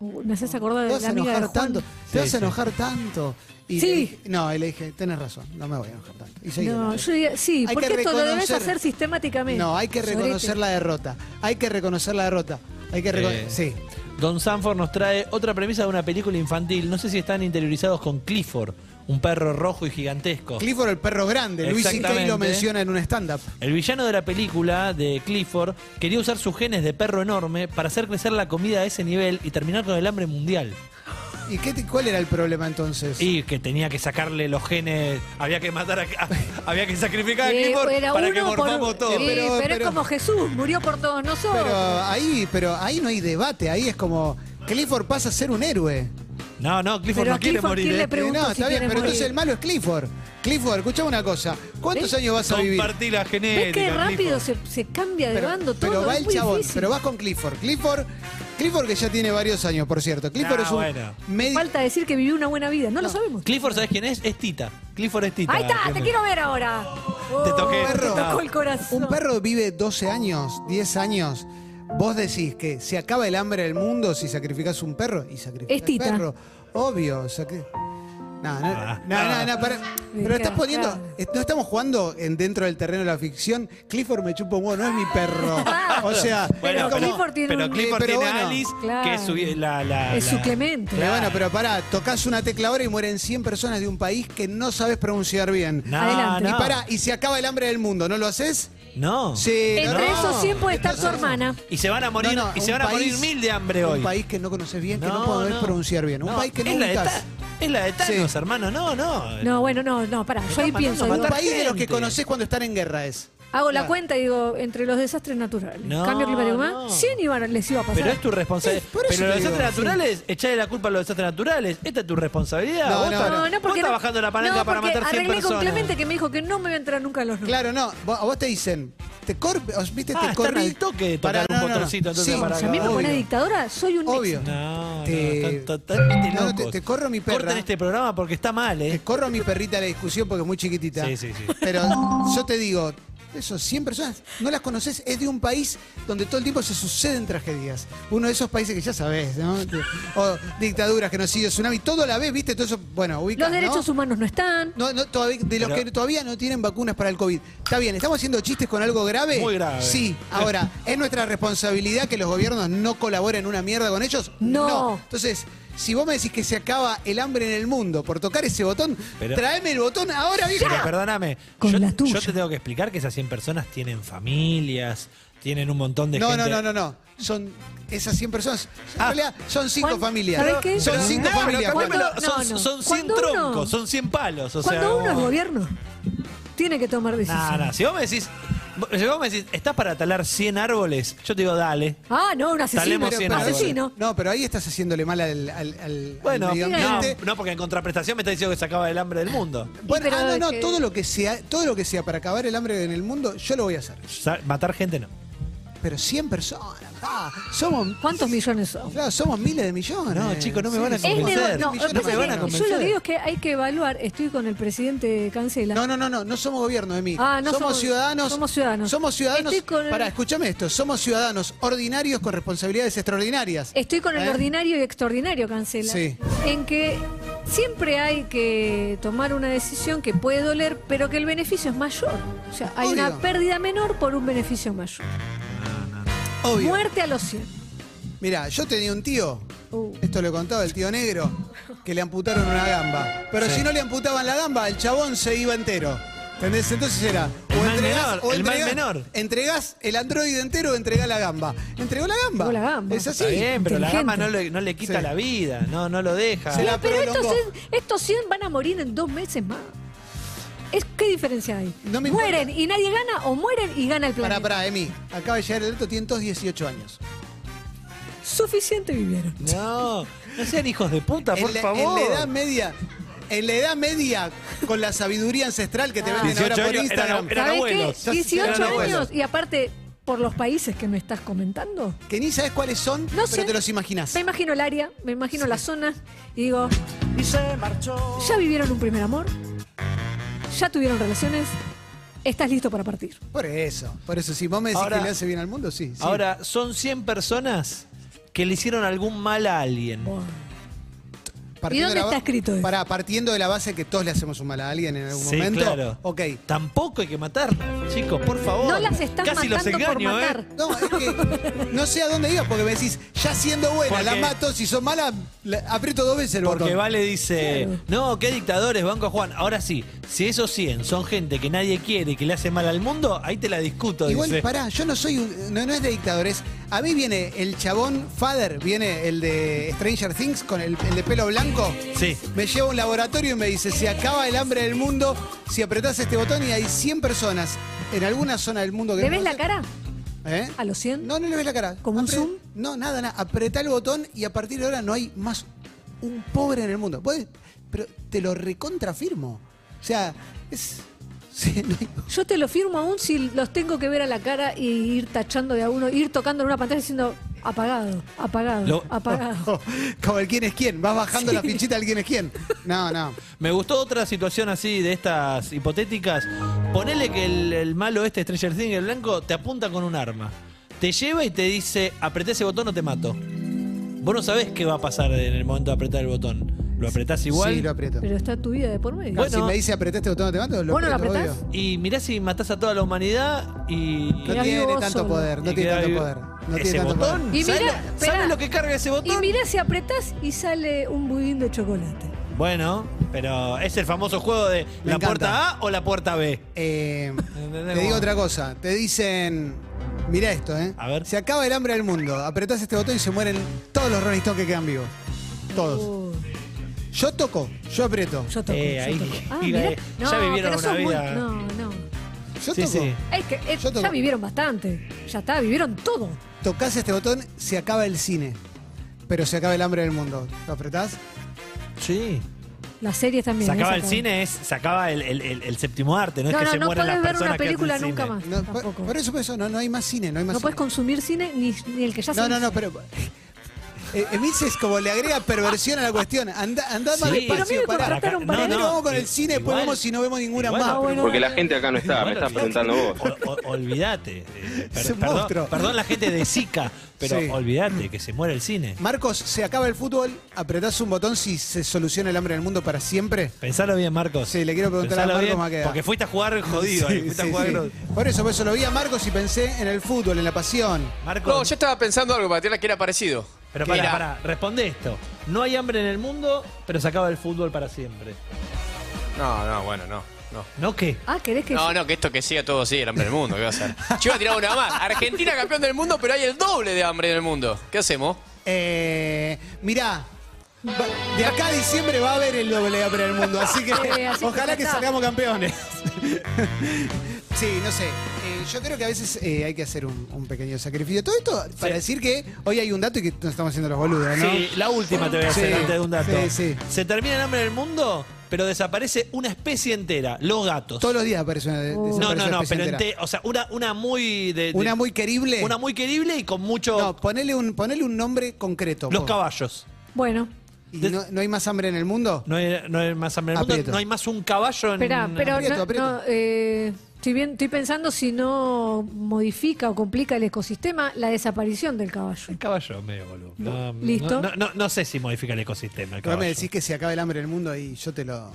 D: Uh, me haces acordar
B: Te
D: de
B: vas
D: la
B: a
D: amiga de
B: enojar
D: Juan.
B: tanto,
C: Sí,
B: te vas
C: sí.
B: a enojar tanto. Y
D: Sí.
B: le dije- no, y le dije, tenés razón, no me voy a enojar tanto. Y seguí
D: No,
B: adelante.
D: yo diría, sí,
B: Hay
D: porque
B: que
D: esto lo debes
B: reconocer-
D: hacer sistemáticamente. este.
B: No, hay que
D: Sorete.
B: reconocer la derrota. Hay que reconocer la derrota. Hay que reconocer.
C: Eh,
B: Sí.
C: Don Sanford nos trae otra premisa de una película infantil. No sé si están interiorizados con Clifford, un perro rojo y gigantesco.
B: Clifford el perro grande. Luis C.K. lo
C: Exactamente.
B: menciona en un stand-up.
C: El villano de la película, de Clifford, quería usar sus genes de perro enorme para hacer crecer la comida a ese nivel y terminar con el hambre mundial.
B: ¿Y qué te- cuál era el problema entonces?
C: Y que tenía que sacarle los genes, había que matar a, a- había que sacrificar a
D: Eh,
C: Clifford
D: era
C: para
D: uno
C: que
D: por-
C: morfamos
D: Sí,
C: todos.
D: pero,
B: Pero-
D: es
B: pero-
D: como Jesús, murió por todos nosotros.
B: pero ahí, pero ahí no hay debate, ahí es como Clifford pasa a ser un héroe.
C: No, no, Clifford
D: Pero
C: no
D: a
C: quiere
D: Clifford,
C: morir.
D: ¿quién le
C: eh.
D: pre- pregunto
B: no,
D: si
B: está bien,
D: quiere
B: pero entonces
D: morir.
B: el malo es Clifford. Clifford, escuchame una cosa. ¿Cuántos
D: ¿Ves?
B: años vas a vivir?
C: Compartí la genética.
D: ¿Ves qué rápido
C: Clifford.
D: se, se cambia de
B: Pero,
D: bando todo?
B: pero va
D: es
B: el
D: muy
B: chabón,
D: difícil.
B: pero vas con Clifford. Clifford, Clifford que ya tiene varios años, por cierto. Clifford
C: Nah,
B: es un
C: Ah, bueno.
B: médico.
D: Falta decir que vivió una buena vida, no, lo sabemos.
C: Clifford, ¿sabes quién es? Es Tita. Clifford es Tita.
D: Ahí está, te
C: Clifford.
D: quiero ver ahora.
C: Te toqué.
D: te
B: Perro.
D: tocó el corazón.
B: Un perro vive 12 años, 10 años. Vos decís que se acaba el hambre del mundo si sacrificás un perro y sacrificás
D: Es tita.
B: un perro. Obvio, sacri- No, no,
C: Ah.
B: no, no, no, pará. Pero
D: Mirá,
B: estás poniendo.
D: Ah. claro.
B: eh, No estamos jugando en dentro del terreno de la ficción. Clifford me chupa un huevo, no es mi perro. O sea,
D: Bueno,
B: es
C: pero,
B: como-
D: Clifford tiene
C: pero
D: un-
C: Clifford
B: Pero
C: tiene
B: bueno.
C: a Alice,
D: Claro.
C: que es su, la, la-
D: Es su
C: la-
D: Clemente.
B: Pero bueno, pero pará, tocas una tecla ahora y mueren 100 personas de un país que no sabes pronunciar bien.
C: No,
D: Adelante.
C: no.
B: Y pará, y se acaba el hambre del mundo, ¿no lo haces?
C: No.
B: Sí, no,
D: Entre
B: eh, no.
D: esos 100 puede estar tu hermana.
C: Y se van a morir,
B: No, no,
C: y se
B: un
C: van a morir
B: país-
C: mil de hambre hoy.
B: Un país que no conoces bien, que no,
C: No,
B: podés
C: no.
B: pronunciar bien. Un
C: No,
B: país que no
C: es la, de
B: ubicás.
C: Ta- es la de Thanos,
B: Sí.
C: hermano. No, no.
D: No, bueno, no, no, pará. Yo ahí
C: mandando
D: pienso.
C: a
D: digo,
B: Un
C: matar
B: país de los que
C: gente.
B: conoces cuando están en guerra es.
D: hago la
B: Claro.
D: cuenta y digo, entre los desastres naturales.
C: No,
D: Cambio climático más.
C: no.
D: 100 iban, les iba a pasar.
C: Pero es tu responsabilidad.
B: Sí, por eso
C: Pero los
B: te digo,
C: desastres naturales, echarle la culpa a los desastres naturales. Esta es tu responsabilidad.
B: No,
C: vos
B: no,
C: estás-
B: no,
D: No, no,
C: vos
D: porque.
C: estás
D: no-
C: bajando la palanca
D: no,
C: para
D: porque
C: matar 100
D: arreglé
C: personas.
D: con Clemente que me dijo que no me voy a entrar nunca a los númelos.
B: Claro, no. vos- a vos te dicen, te corre, os- viste,
C: Ah,
B: te
C: están
B: corre.
C: al toque de tocar un botoncito, entonces,
B: Sí,
C: para
D: O sea, a mí me
B: obvio.
D: pone dictadora, soy un
B: Obvio.
D: éxito.
C: No, no,
B: Te-
C: están totalmente
B: No, no, te-
C: locos.
B: te corro mi
C: Corten
B: perra.
C: este programa porque está mal,
B: Te
C: ¿eh?
B: corro a mi perrita a la discusión porque es muy chiquitita.
C: Sí, sí, sí.
B: Pero yo te digo, esos 100 personas, no las conoces, es de un país donde todo el tiempo se suceden tragedias. Uno de esos países que ya sabes, ¿no? O dictaduras, genocidios, tsunami, todo a la vez, ¿viste? Todo eso, bueno, ubicás,
D: Los derechos
B: ¿no?
D: humanos no están.
B: No, no, todavía, de los
C: Pero-
B: que todavía no tienen vacunas para el COVID. Está bien, ¿estamos haciendo chistes con algo grave?
C: Muy grave.
B: Sí, ahora, ¿es nuestra responsabilidad que los gobiernos no colaboren una mierda con ellos?
D: No.
B: Entonces, si vos me decís que se acaba el hambre en el mundo por tocar ese botón,
C: Pero-
B: traeme el botón ahora, viejo.
C: Pero perdóname,
D: Con
C: yo,
D: la
C: yo
D: tuya.
C: te tengo que explicar que esas 100 personas tienen familias, tienen un montón de
B: No,
C: gente. Ah.
B: no, no, no, no. Son esas 100 personas. En realidad son 5
D: Juan,
B: familias.
D: ¿sabés qué?
B: Son 5
D: No,
B: familias.
D: no,
B: Juan.
D: cuando-
C: Cámbiamelo. son,
D: no.
C: son 100
D: Cuando uno-
C: troncos, son 100 palos. O sea,
D: Cuando uno es
C: no.
D: gobierno, tiene que tomar decisiones.
C: Nah, nah, Si vos me decís, si vos me decís, ¿estás para talar 100 árboles? Yo te digo, dale.
D: Ah, no, un asesino.
C: Talemos cien
D: Un asesino.
B: No, pero ahí estás haciéndole mal al, al- al- al
C: Bueno,
B: medio
C: no,
B: ambiente.
C: no, porque en contraprestación me está diciendo que se acaba el hambre del mundo.
B: Bueno,
D: pero
B: ah, no,
D: es
B: no,
D: que-
B: todo lo que sea, todo lo que sea para acabar el hambre en el mundo, yo lo voy a hacer.
C: Sa- Matar gente no.
B: Pero 100 personas, pa, somos
D: ¿Cuántos millones son?
B: claro, somos miles de millones.
C: No, chicos, no me van a
D: Es
C: convencer.
D: nego-
B: millones
D: no, lo que
B: de
D: pasa
C: me van a
D: es que
C: convencer.
D: Yo lo que digo es que hay que evaluar. Estoy con el presidente Cancela.
B: No, no, no, no, no somos gobierno, Emi.
D: Ah, no
B: somos,
D: somos-
B: ciudadanos.
D: somos ciudadanos.
B: Somos ciudadanos.
D: Estoy con el-
B: Pará, escúchame esto. Somos ciudadanos ordinarios con responsabilidades extraordinarias.
D: Estoy con el
B: ¿Eh?
D: ordinario y extraordinario, Cancela.
B: Sí.
D: En que siempre hay que tomar una decisión que puede doler, pero que el beneficio es mayor. O sea, hay
B: Obvio.
D: una pérdida menor por un beneficio mayor.
B: Obvio.
D: Muerte a los 100.
B: Mirá, yo tenía un tío,
D: Uh.
B: esto lo he contado, el tío negro, que le amputaron una gamba. Pero si no le amputaban la gamba, el chabón se iba entero. ¿Entendés? Entonces era.
C: El mal menor, el mal menor.
B: entregás el androide entero o entregás la gamba. Entregó la gamba.
D: Entregó la gamba.
B: Es así.
C: Está bien, pero la
D: inteligente.
C: gama no le, no le quita
B: Sí.
C: la vida, no, no lo deja.
B: Se la
D: Pero estos,
B: prolongó.
D: cien- estos 100 van a morir en dos meses más. Es, ¿Qué diferencia hay?
B: No me
D: ¿Mueren y nadie gana o mueren y gana el planeta?
B: Pará, pará, Emi. Acaba de llegar el dato, tienen todos 18 años.
D: Suficiente vivieron.
C: No, no sean hijos de puta, Ah, por
B: en, la,
C: favor.
B: en la edad media. En la edad media, con la sabiduría ancestral que te
D: Ah.
B: venden ahora
C: 18
B: por
C: años, eran-
B: Instagram.
C: eran
D: ¿Sabés
C: abuelos.
D: qué?
B: Ya-
D: 18
B: eran
D: años
B: abuelos.
D: y aparte por los países que me estás comentando.
B: Que ni sabes cuáles son,
D: No
B: pero
D: sé.
B: te los imaginas.
D: Me imagino el área, me imagino la zona y digo, ya vivieron un primer amor, ya tuvieron relaciones, estás listo para partir.
B: Por eso, por eso, si vos me decís
C: Ahora-
B: que le hace bien al mundo, sí. sí.
C: Ahora, son 100 personas que le hicieron algún mal a alguien.
D: Buah.
B: Partiendo
D: ¿y dónde
B: de la
D: está
B: ba-
D: escrito eso?
B: Pará, partiendo de la base que todos le hacemos un mal a alguien en algún
C: Sí,
B: momento.
C: claro.
B: Ok.
C: Tampoco hay que matarlas, chicos, por favor.
D: No las estás
C: Casi los
D: matando
C: engaño,
D: por matar.
C: ¿eh?
B: No, es que no sé a dónde ibas porque me decís, ya siendo buena,
C: Porque-
B: la mato, si son mala, la- aprieto dos veces el
C: Porque
B: botón.
C: Vale dice, no, qué dictadores, Banco Juan. Ahora sí, si esos 100 son gente que nadie quiere y que le hace mal al mundo, ahí te la discuto,
B: Igual,
C: dice.
B: pará, yo no soy un- no, no es de dictadores. A mí viene el chabón Father, viene el de Stranger Things con el, el de pelo blanco.
C: Sí.
B: Me lleva a un laboratorio y me dice, se acaba el hambre del mundo si apretás este botón y hay 100 personas en alguna zona del mundo que...
D: ¿Le
B: no
D: ves la
B: sé-
D: cara
B: ¿Eh?
D: a los 100?
B: No, no le ves la cara.
D: ¿Como un zoom?
B: No, nada, nada. Apretá el botón y a partir de ahora no hay más un pobre en el mundo. Podés- Pero te lo recontrafirmo. O sea, es... sí, no hay-
D: Yo te lo firmo aún si los tengo que ver a la cara y ir tachando de a uno, ir tocando en una pantalla diciendo apagado, apagado,
C: Lo-
D: apagado.
B: Como el quién es quién, vas bajando la fichita del quién es quién. No, no.
C: Me gustó otra situación así de estas hipotéticas. Ponele que el, el malo este, Stranger Things, el blanco, te apunta con un arma. Te lleva y te dice, apreté ese botón o te mato. Vos no sabés qué va a pasar en el momento de apretar el botón. ¿Lo apretás igual?
B: Sí, lo aprieto.
D: Pero está tu vida de por medio.
C: Bueno.
B: si me dice apreté este botón, no te mato, lo
D: ¿Vos no lo
B: aprieto,
D: apretás?
B: obvio.
C: Y mirá si matás a toda la humanidad y...
B: No
D: Quedá vivo
B: tiene
D: vos
B: tanto
D: solo.
B: poder, no
C: y
B: tiene
C: quedá
B: tanto
C: vivo.
B: poder. No
C: ¿Ese
B: tiene tanto
C: botón?
B: poder.
D: Y
C: ¿Sabés,
D: mirá,
C: lo,
D: esperá.
C: sabés lo que carga ese
D: Y
C: botón?
D: mirá si apretás y sale un budín de chocolate.
C: Bueno, pero es el famoso juego de
B: Me
C: la
B: encanta.
C: puerta A o la puerta B.
B: Eh,
C: ¿Entendés
B: te
C: cómo?
B: digo otra cosa, te dicen, mira esto, ¿eh?
C: A ver.
B: Se acaba el hambre del mundo, apretás este botón y se mueren todos los Rolling Stones que quedan vivos. Todos.
D: Oh,
B: Yo toco, yo aprieto.
D: yo toco,
C: Eh,
D: yo
C: ahí-
D: toco. Ah,
C: y
D: mirá.
C: ahí- ya vivieron
D: pero
C: una
D: sos muy-
C: vida.
D: No, no.
B: Yo
C: Sí,
B: toco.
C: sí.
D: Es que eh,
B: Yo toco.
D: ya vivieron bastante. Ya está, vivieron todo.
B: Tocás este botón, se acaba el cine. Pero se acaba el hambre del mundo. ¿Lo apretás?
C: Sí.
D: Las series también.
C: Se acaba
D: ¿eh?
C: el cine, es, se acaba el, el- el- el séptimo arte, no,
D: No,
C: es que
D: no,
C: se
D: no
C: mueran las
D: podés ver
C: personas
D: una
C: que hacen
D: película
C: cine.
D: nunca más.
B: No, por,
D: tampoco.
B: por eso, por eso, no, no hay más cine, no hay más
D: No
B: cine.
D: puedes consumir cine ni, ni el que ya
B: No,
D: se
B: no, no, pero. eh, Emis es como le agrega perversión a la cuestión. Anda, anda más
C: Sí.
B: despacio.
D: Pero a mí me
B: pará.
D: contrataron
B: No,
D: para
B: no,
D: eso.
B: vamos con el cine, después
C: eh, Igual-
B: vemos si no vemos ninguna
C: igual-
B: más.
C: Ah, bueno.
I: Porque la gente acá no está, me
C: Bueno,
I: estás preguntando vos.
C: O- o- olvídate. eh, per-
B: Es un
C: perdón,
B: monstruo.
C: perdón la gente de Zika, pero
B: Sí.
C: olvídate que se muere el cine.
B: Marcos, se acaba el fútbol, apretás un botón si se soluciona el hambre del mundo para siempre.
C: Pensalo bien, Marcos.
B: Sí, le quiero preguntar
C: Pensalo
B: a Marcos
C: bien,
B: Maqueda.
C: Porque fuiste a jugar jodido. ahí,
B: Sí,
C: fuiste a
B: sí,
C: jugar
B: sí.
C: gro-
B: Por eso, por eso lo vi a Marcos y pensé en el fútbol, en la pasión.
C: Marcos,
I: No, yo estaba pensando algo para tirarla que era parecido.
C: pero
I: Que
C: pará,
I: era-
C: pará, responde esto. No hay hambre en el mundo, pero se acaba el fútbol para siempre.
I: No, no, bueno, no. No.
C: ¿No qué?
D: Ah, ¿querés que
I: No, no, que esto que siga todo así, el hambre del mundo, ¿qué va a hacer? Yo iba a tirar una más. Argentina campeón del mundo, pero hay el doble de hambre en el mundo. ¿Qué hacemos?
B: Eh, mirá, va- de acá a diciembre va a haber el doble hambre del mundo, así que
D: Sí, así que
B: ojalá
D: ya
B: que
D: está.
B: salgamos campeones. sí, no sé. eh, yo creo que a veces eh, hay que hacer un, un pequeño sacrificio. Todo esto para decir que hoy hay un dato y que nos estamos haciendo los boludos, ¿no?
C: Sí, la última te voy a hacer
B: Sí,
C: antes de un dato.
B: sí, sí.
C: Se termina el hambre del mundo, pero desaparece una especie entera, los gatos.
B: Todos los días aparece una
D: Uh.
B: de-
C: no,
B: desaparece
C: no,
B: una
C: no,
B: especie
C: pero
B: entera.
C: ente- o sea, una, una muy de, de-
B: Una muy querible.
C: una muy querible y con mucho
B: No, ponele un, ponele un nombre concreto.
C: los
B: po.
C: caballos.
D: Bueno,
B: ¿Y no, no hay más hambre en el mundo?
C: No hay, no hay más hambre del mundo,
B: Aprieto.
C: no hay más un caballo en
D: espera, pero
B: aprieto,
D: no-
B: aprieto.
D: no, eh, estoy, bien, estoy pensando si no modifica o complica el ecosistema la desaparición del caballo.
C: El caballo medio boludo. No,
D: Listo.
C: No, no- no sé si modifica el ecosistema el
B: Vos
C: caballo.
B: me decís que se acaba el hambre en el mundo y yo te lo.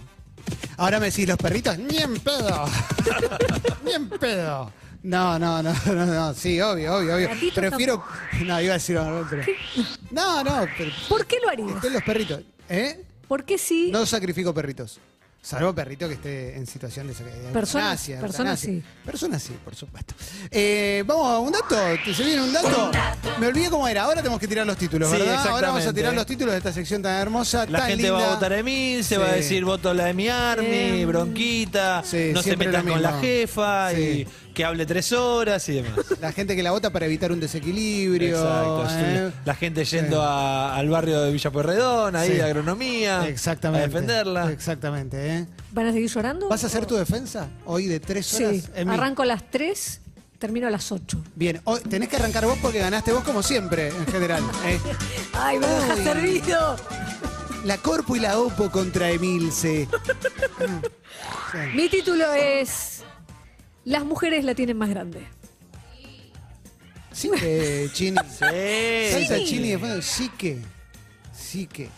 B: Ahora me decís los perritos, ni en pedo. ni en pedo. No, no, no, no, no, sí, obvio, obvio, obvio.
D: Gatito
B: Prefiero. No, iba a decir algo, pero- No, no, pero.
D: ¿Por qué lo harías?
B: Estén los perritos, ¿eh?
D: ¿Por qué sí?
B: No sacrifico perritos. Salvo perrito que esté en situación de sac- de
D: Personas-
B: eutanasia,
D: personas
B: eutanasia. Personas sí, por supuesto. Eh, vamos a un dato. ¿Te- ¿Se viene un dato? Me olvidé cómo era. Ahora tenemos que tirar los títulos,
C: Sí,
B: ¿verdad? Ahora vamos a
C: exactamente.
B: tirar los títulos de esta sección tan hermosa,
C: La
B: tan
C: gente
B: "Ah, linda.
C: va a votar en mí,
B: Sí.
C: se va a decir voto la de mi army,
D: Eh,
C: bronquita,
B: sí,
C: no se
B: siempre
C: metan
B: lo
C: con la
B: mismo.
C: jefa
B: Sí.
C: y que hable tres horas y demás.
B: La gente que la vota para evitar un desequilibrio.
C: Exacto.
B: ¿eh?
C: La gente yendo a- al barrio de Villa Porredón, ahí
B: Sí.
C: de agronomía,
B: Exactamente.
C: a defenderla.
B: Exactamente, ¿eh?
D: ¿Van a seguir llorando?
B: ¿Vas a hacer tu defensa hoy de tres horas?
D: Sí,
B: en mí?
D: arranco a las 3, termino a las 8.
B: Bien, hoy tenés que arrancar vos porque ganaste vos como siempre, en general. ¿eh?
D: ¡Ay, me ha
B: Uy.
D: servido!
B: La Corpo y la Opo contra Emilce.
D: Mi título es Las mujeres la tienen más grande.
B: Sí que, Chini.
C: Eh,
B: Salsa
C: Sí.
B: Chini de fondo. Sí que. Sí que.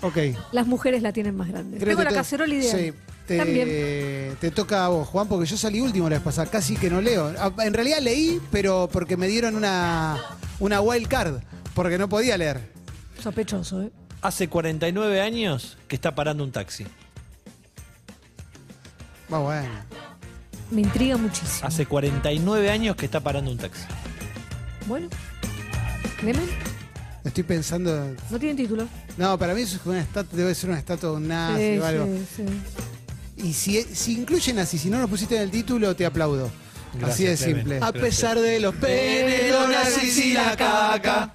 B: Ok.
D: Las mujeres la tienen más grande.
B: Creo
D: Tengo
B: que
D: la
B: te-
D: cacerola idea.
B: Sí, te,
D: También.
B: te toca a vos, Juan, porque yo salí último la vez pasada, casi que no leo. Ah, En realidad leí, pero porque me dieron una, una wild card, porque no podía leer.
D: Sospechoso, ¿eh?
C: Hace 49 años que está parando un taxi.
B: Va, bueno.
D: Me intriga muchísimo.
C: Hace 49 años que está parando un taxi.
B: Ah.
D: Bueno. Clemen,
B: Estoy pensando.
D: no tienen título.
B: No, para mí eso es una estatua, debe ser una estatua de un nazi
D: Sí,
B: o algo.
D: sí, sí.
B: Y si, si incluyen así, si no lo pusiste en el título, te aplaudo.
C: Gracias,
B: así de
C: Clemen.
B: simple. A
C: Gracias.
B: pesar de los penes, los nazis y la caca.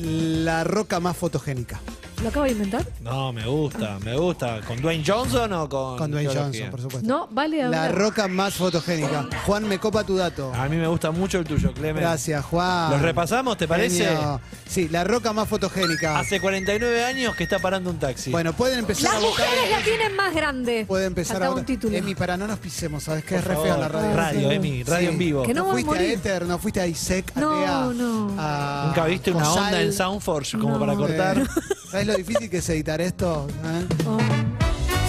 B: La roca más fotogénica.
D: ¿Lo acabo de inventar?
C: No, me gusta, me gusta. ¿Con Dwayne Johnson o con.?
B: Con Dwayne
C: teología?
B: Johnson, por supuesto.
D: No, Ah. vale
B: La
D: ahora.
B: roca más fotogénica. Juan, me copa tu dato.
C: A mí me gusta mucho el tuyo, Clemen.
B: Gracias, Juan.
C: Ah, ¿Los repasamos, te parece?
B: Genio. Sí, la roca más fotogénica.
C: Hace 49 años que está parando un taxi.
B: Bueno, pueden empezar
D: Las
B: a votar.
D: mujeres la tienen más grande.
B: Pueden empezar a
D: Acá un
B: votar.
D: título.
B: Emi, para no nos pisemos, ¿sabes que
C: Por
B: es re
C: favor,
B: feo la radio?
C: Radio,
D: Sí.
C: Emi, radio
B: Sí.
C: en vivo.
D: Que no
B: No,
D: van a
B: fuiste a
D: morir.
B: Ether, no fuiste a ISEC, a
D: No,
B: TEA,
D: no.
B: a
C: ¿Nunca viste una
B: Cosal.
C: onda en Soundforge como
D: No.
C: para
B: Eh,
C: cortar?
B: ¿Sabes lo difícil que es editar esto? eh?
D: Oh.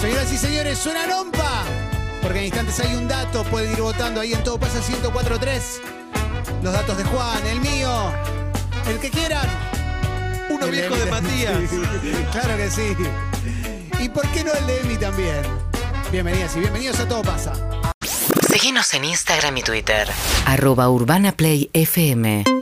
B: Señoras y señores, una rompa. Porque en instantes hay un dato, pueden ir votando ahí en Todo Pasa 1043. Los datos de Juan, el mío, el que quieran.
C: Uno
B: El
C: viejo
B: Emi
C: de
B: también.
C: Matías.
B: Sí, claro que sí. ¿Y por qué no el de Emi también? Bienvenidas y bienvenidos a Todo Pasa.
A: Seguinos en Instagram y Twitter. Arroba Urbana Play FM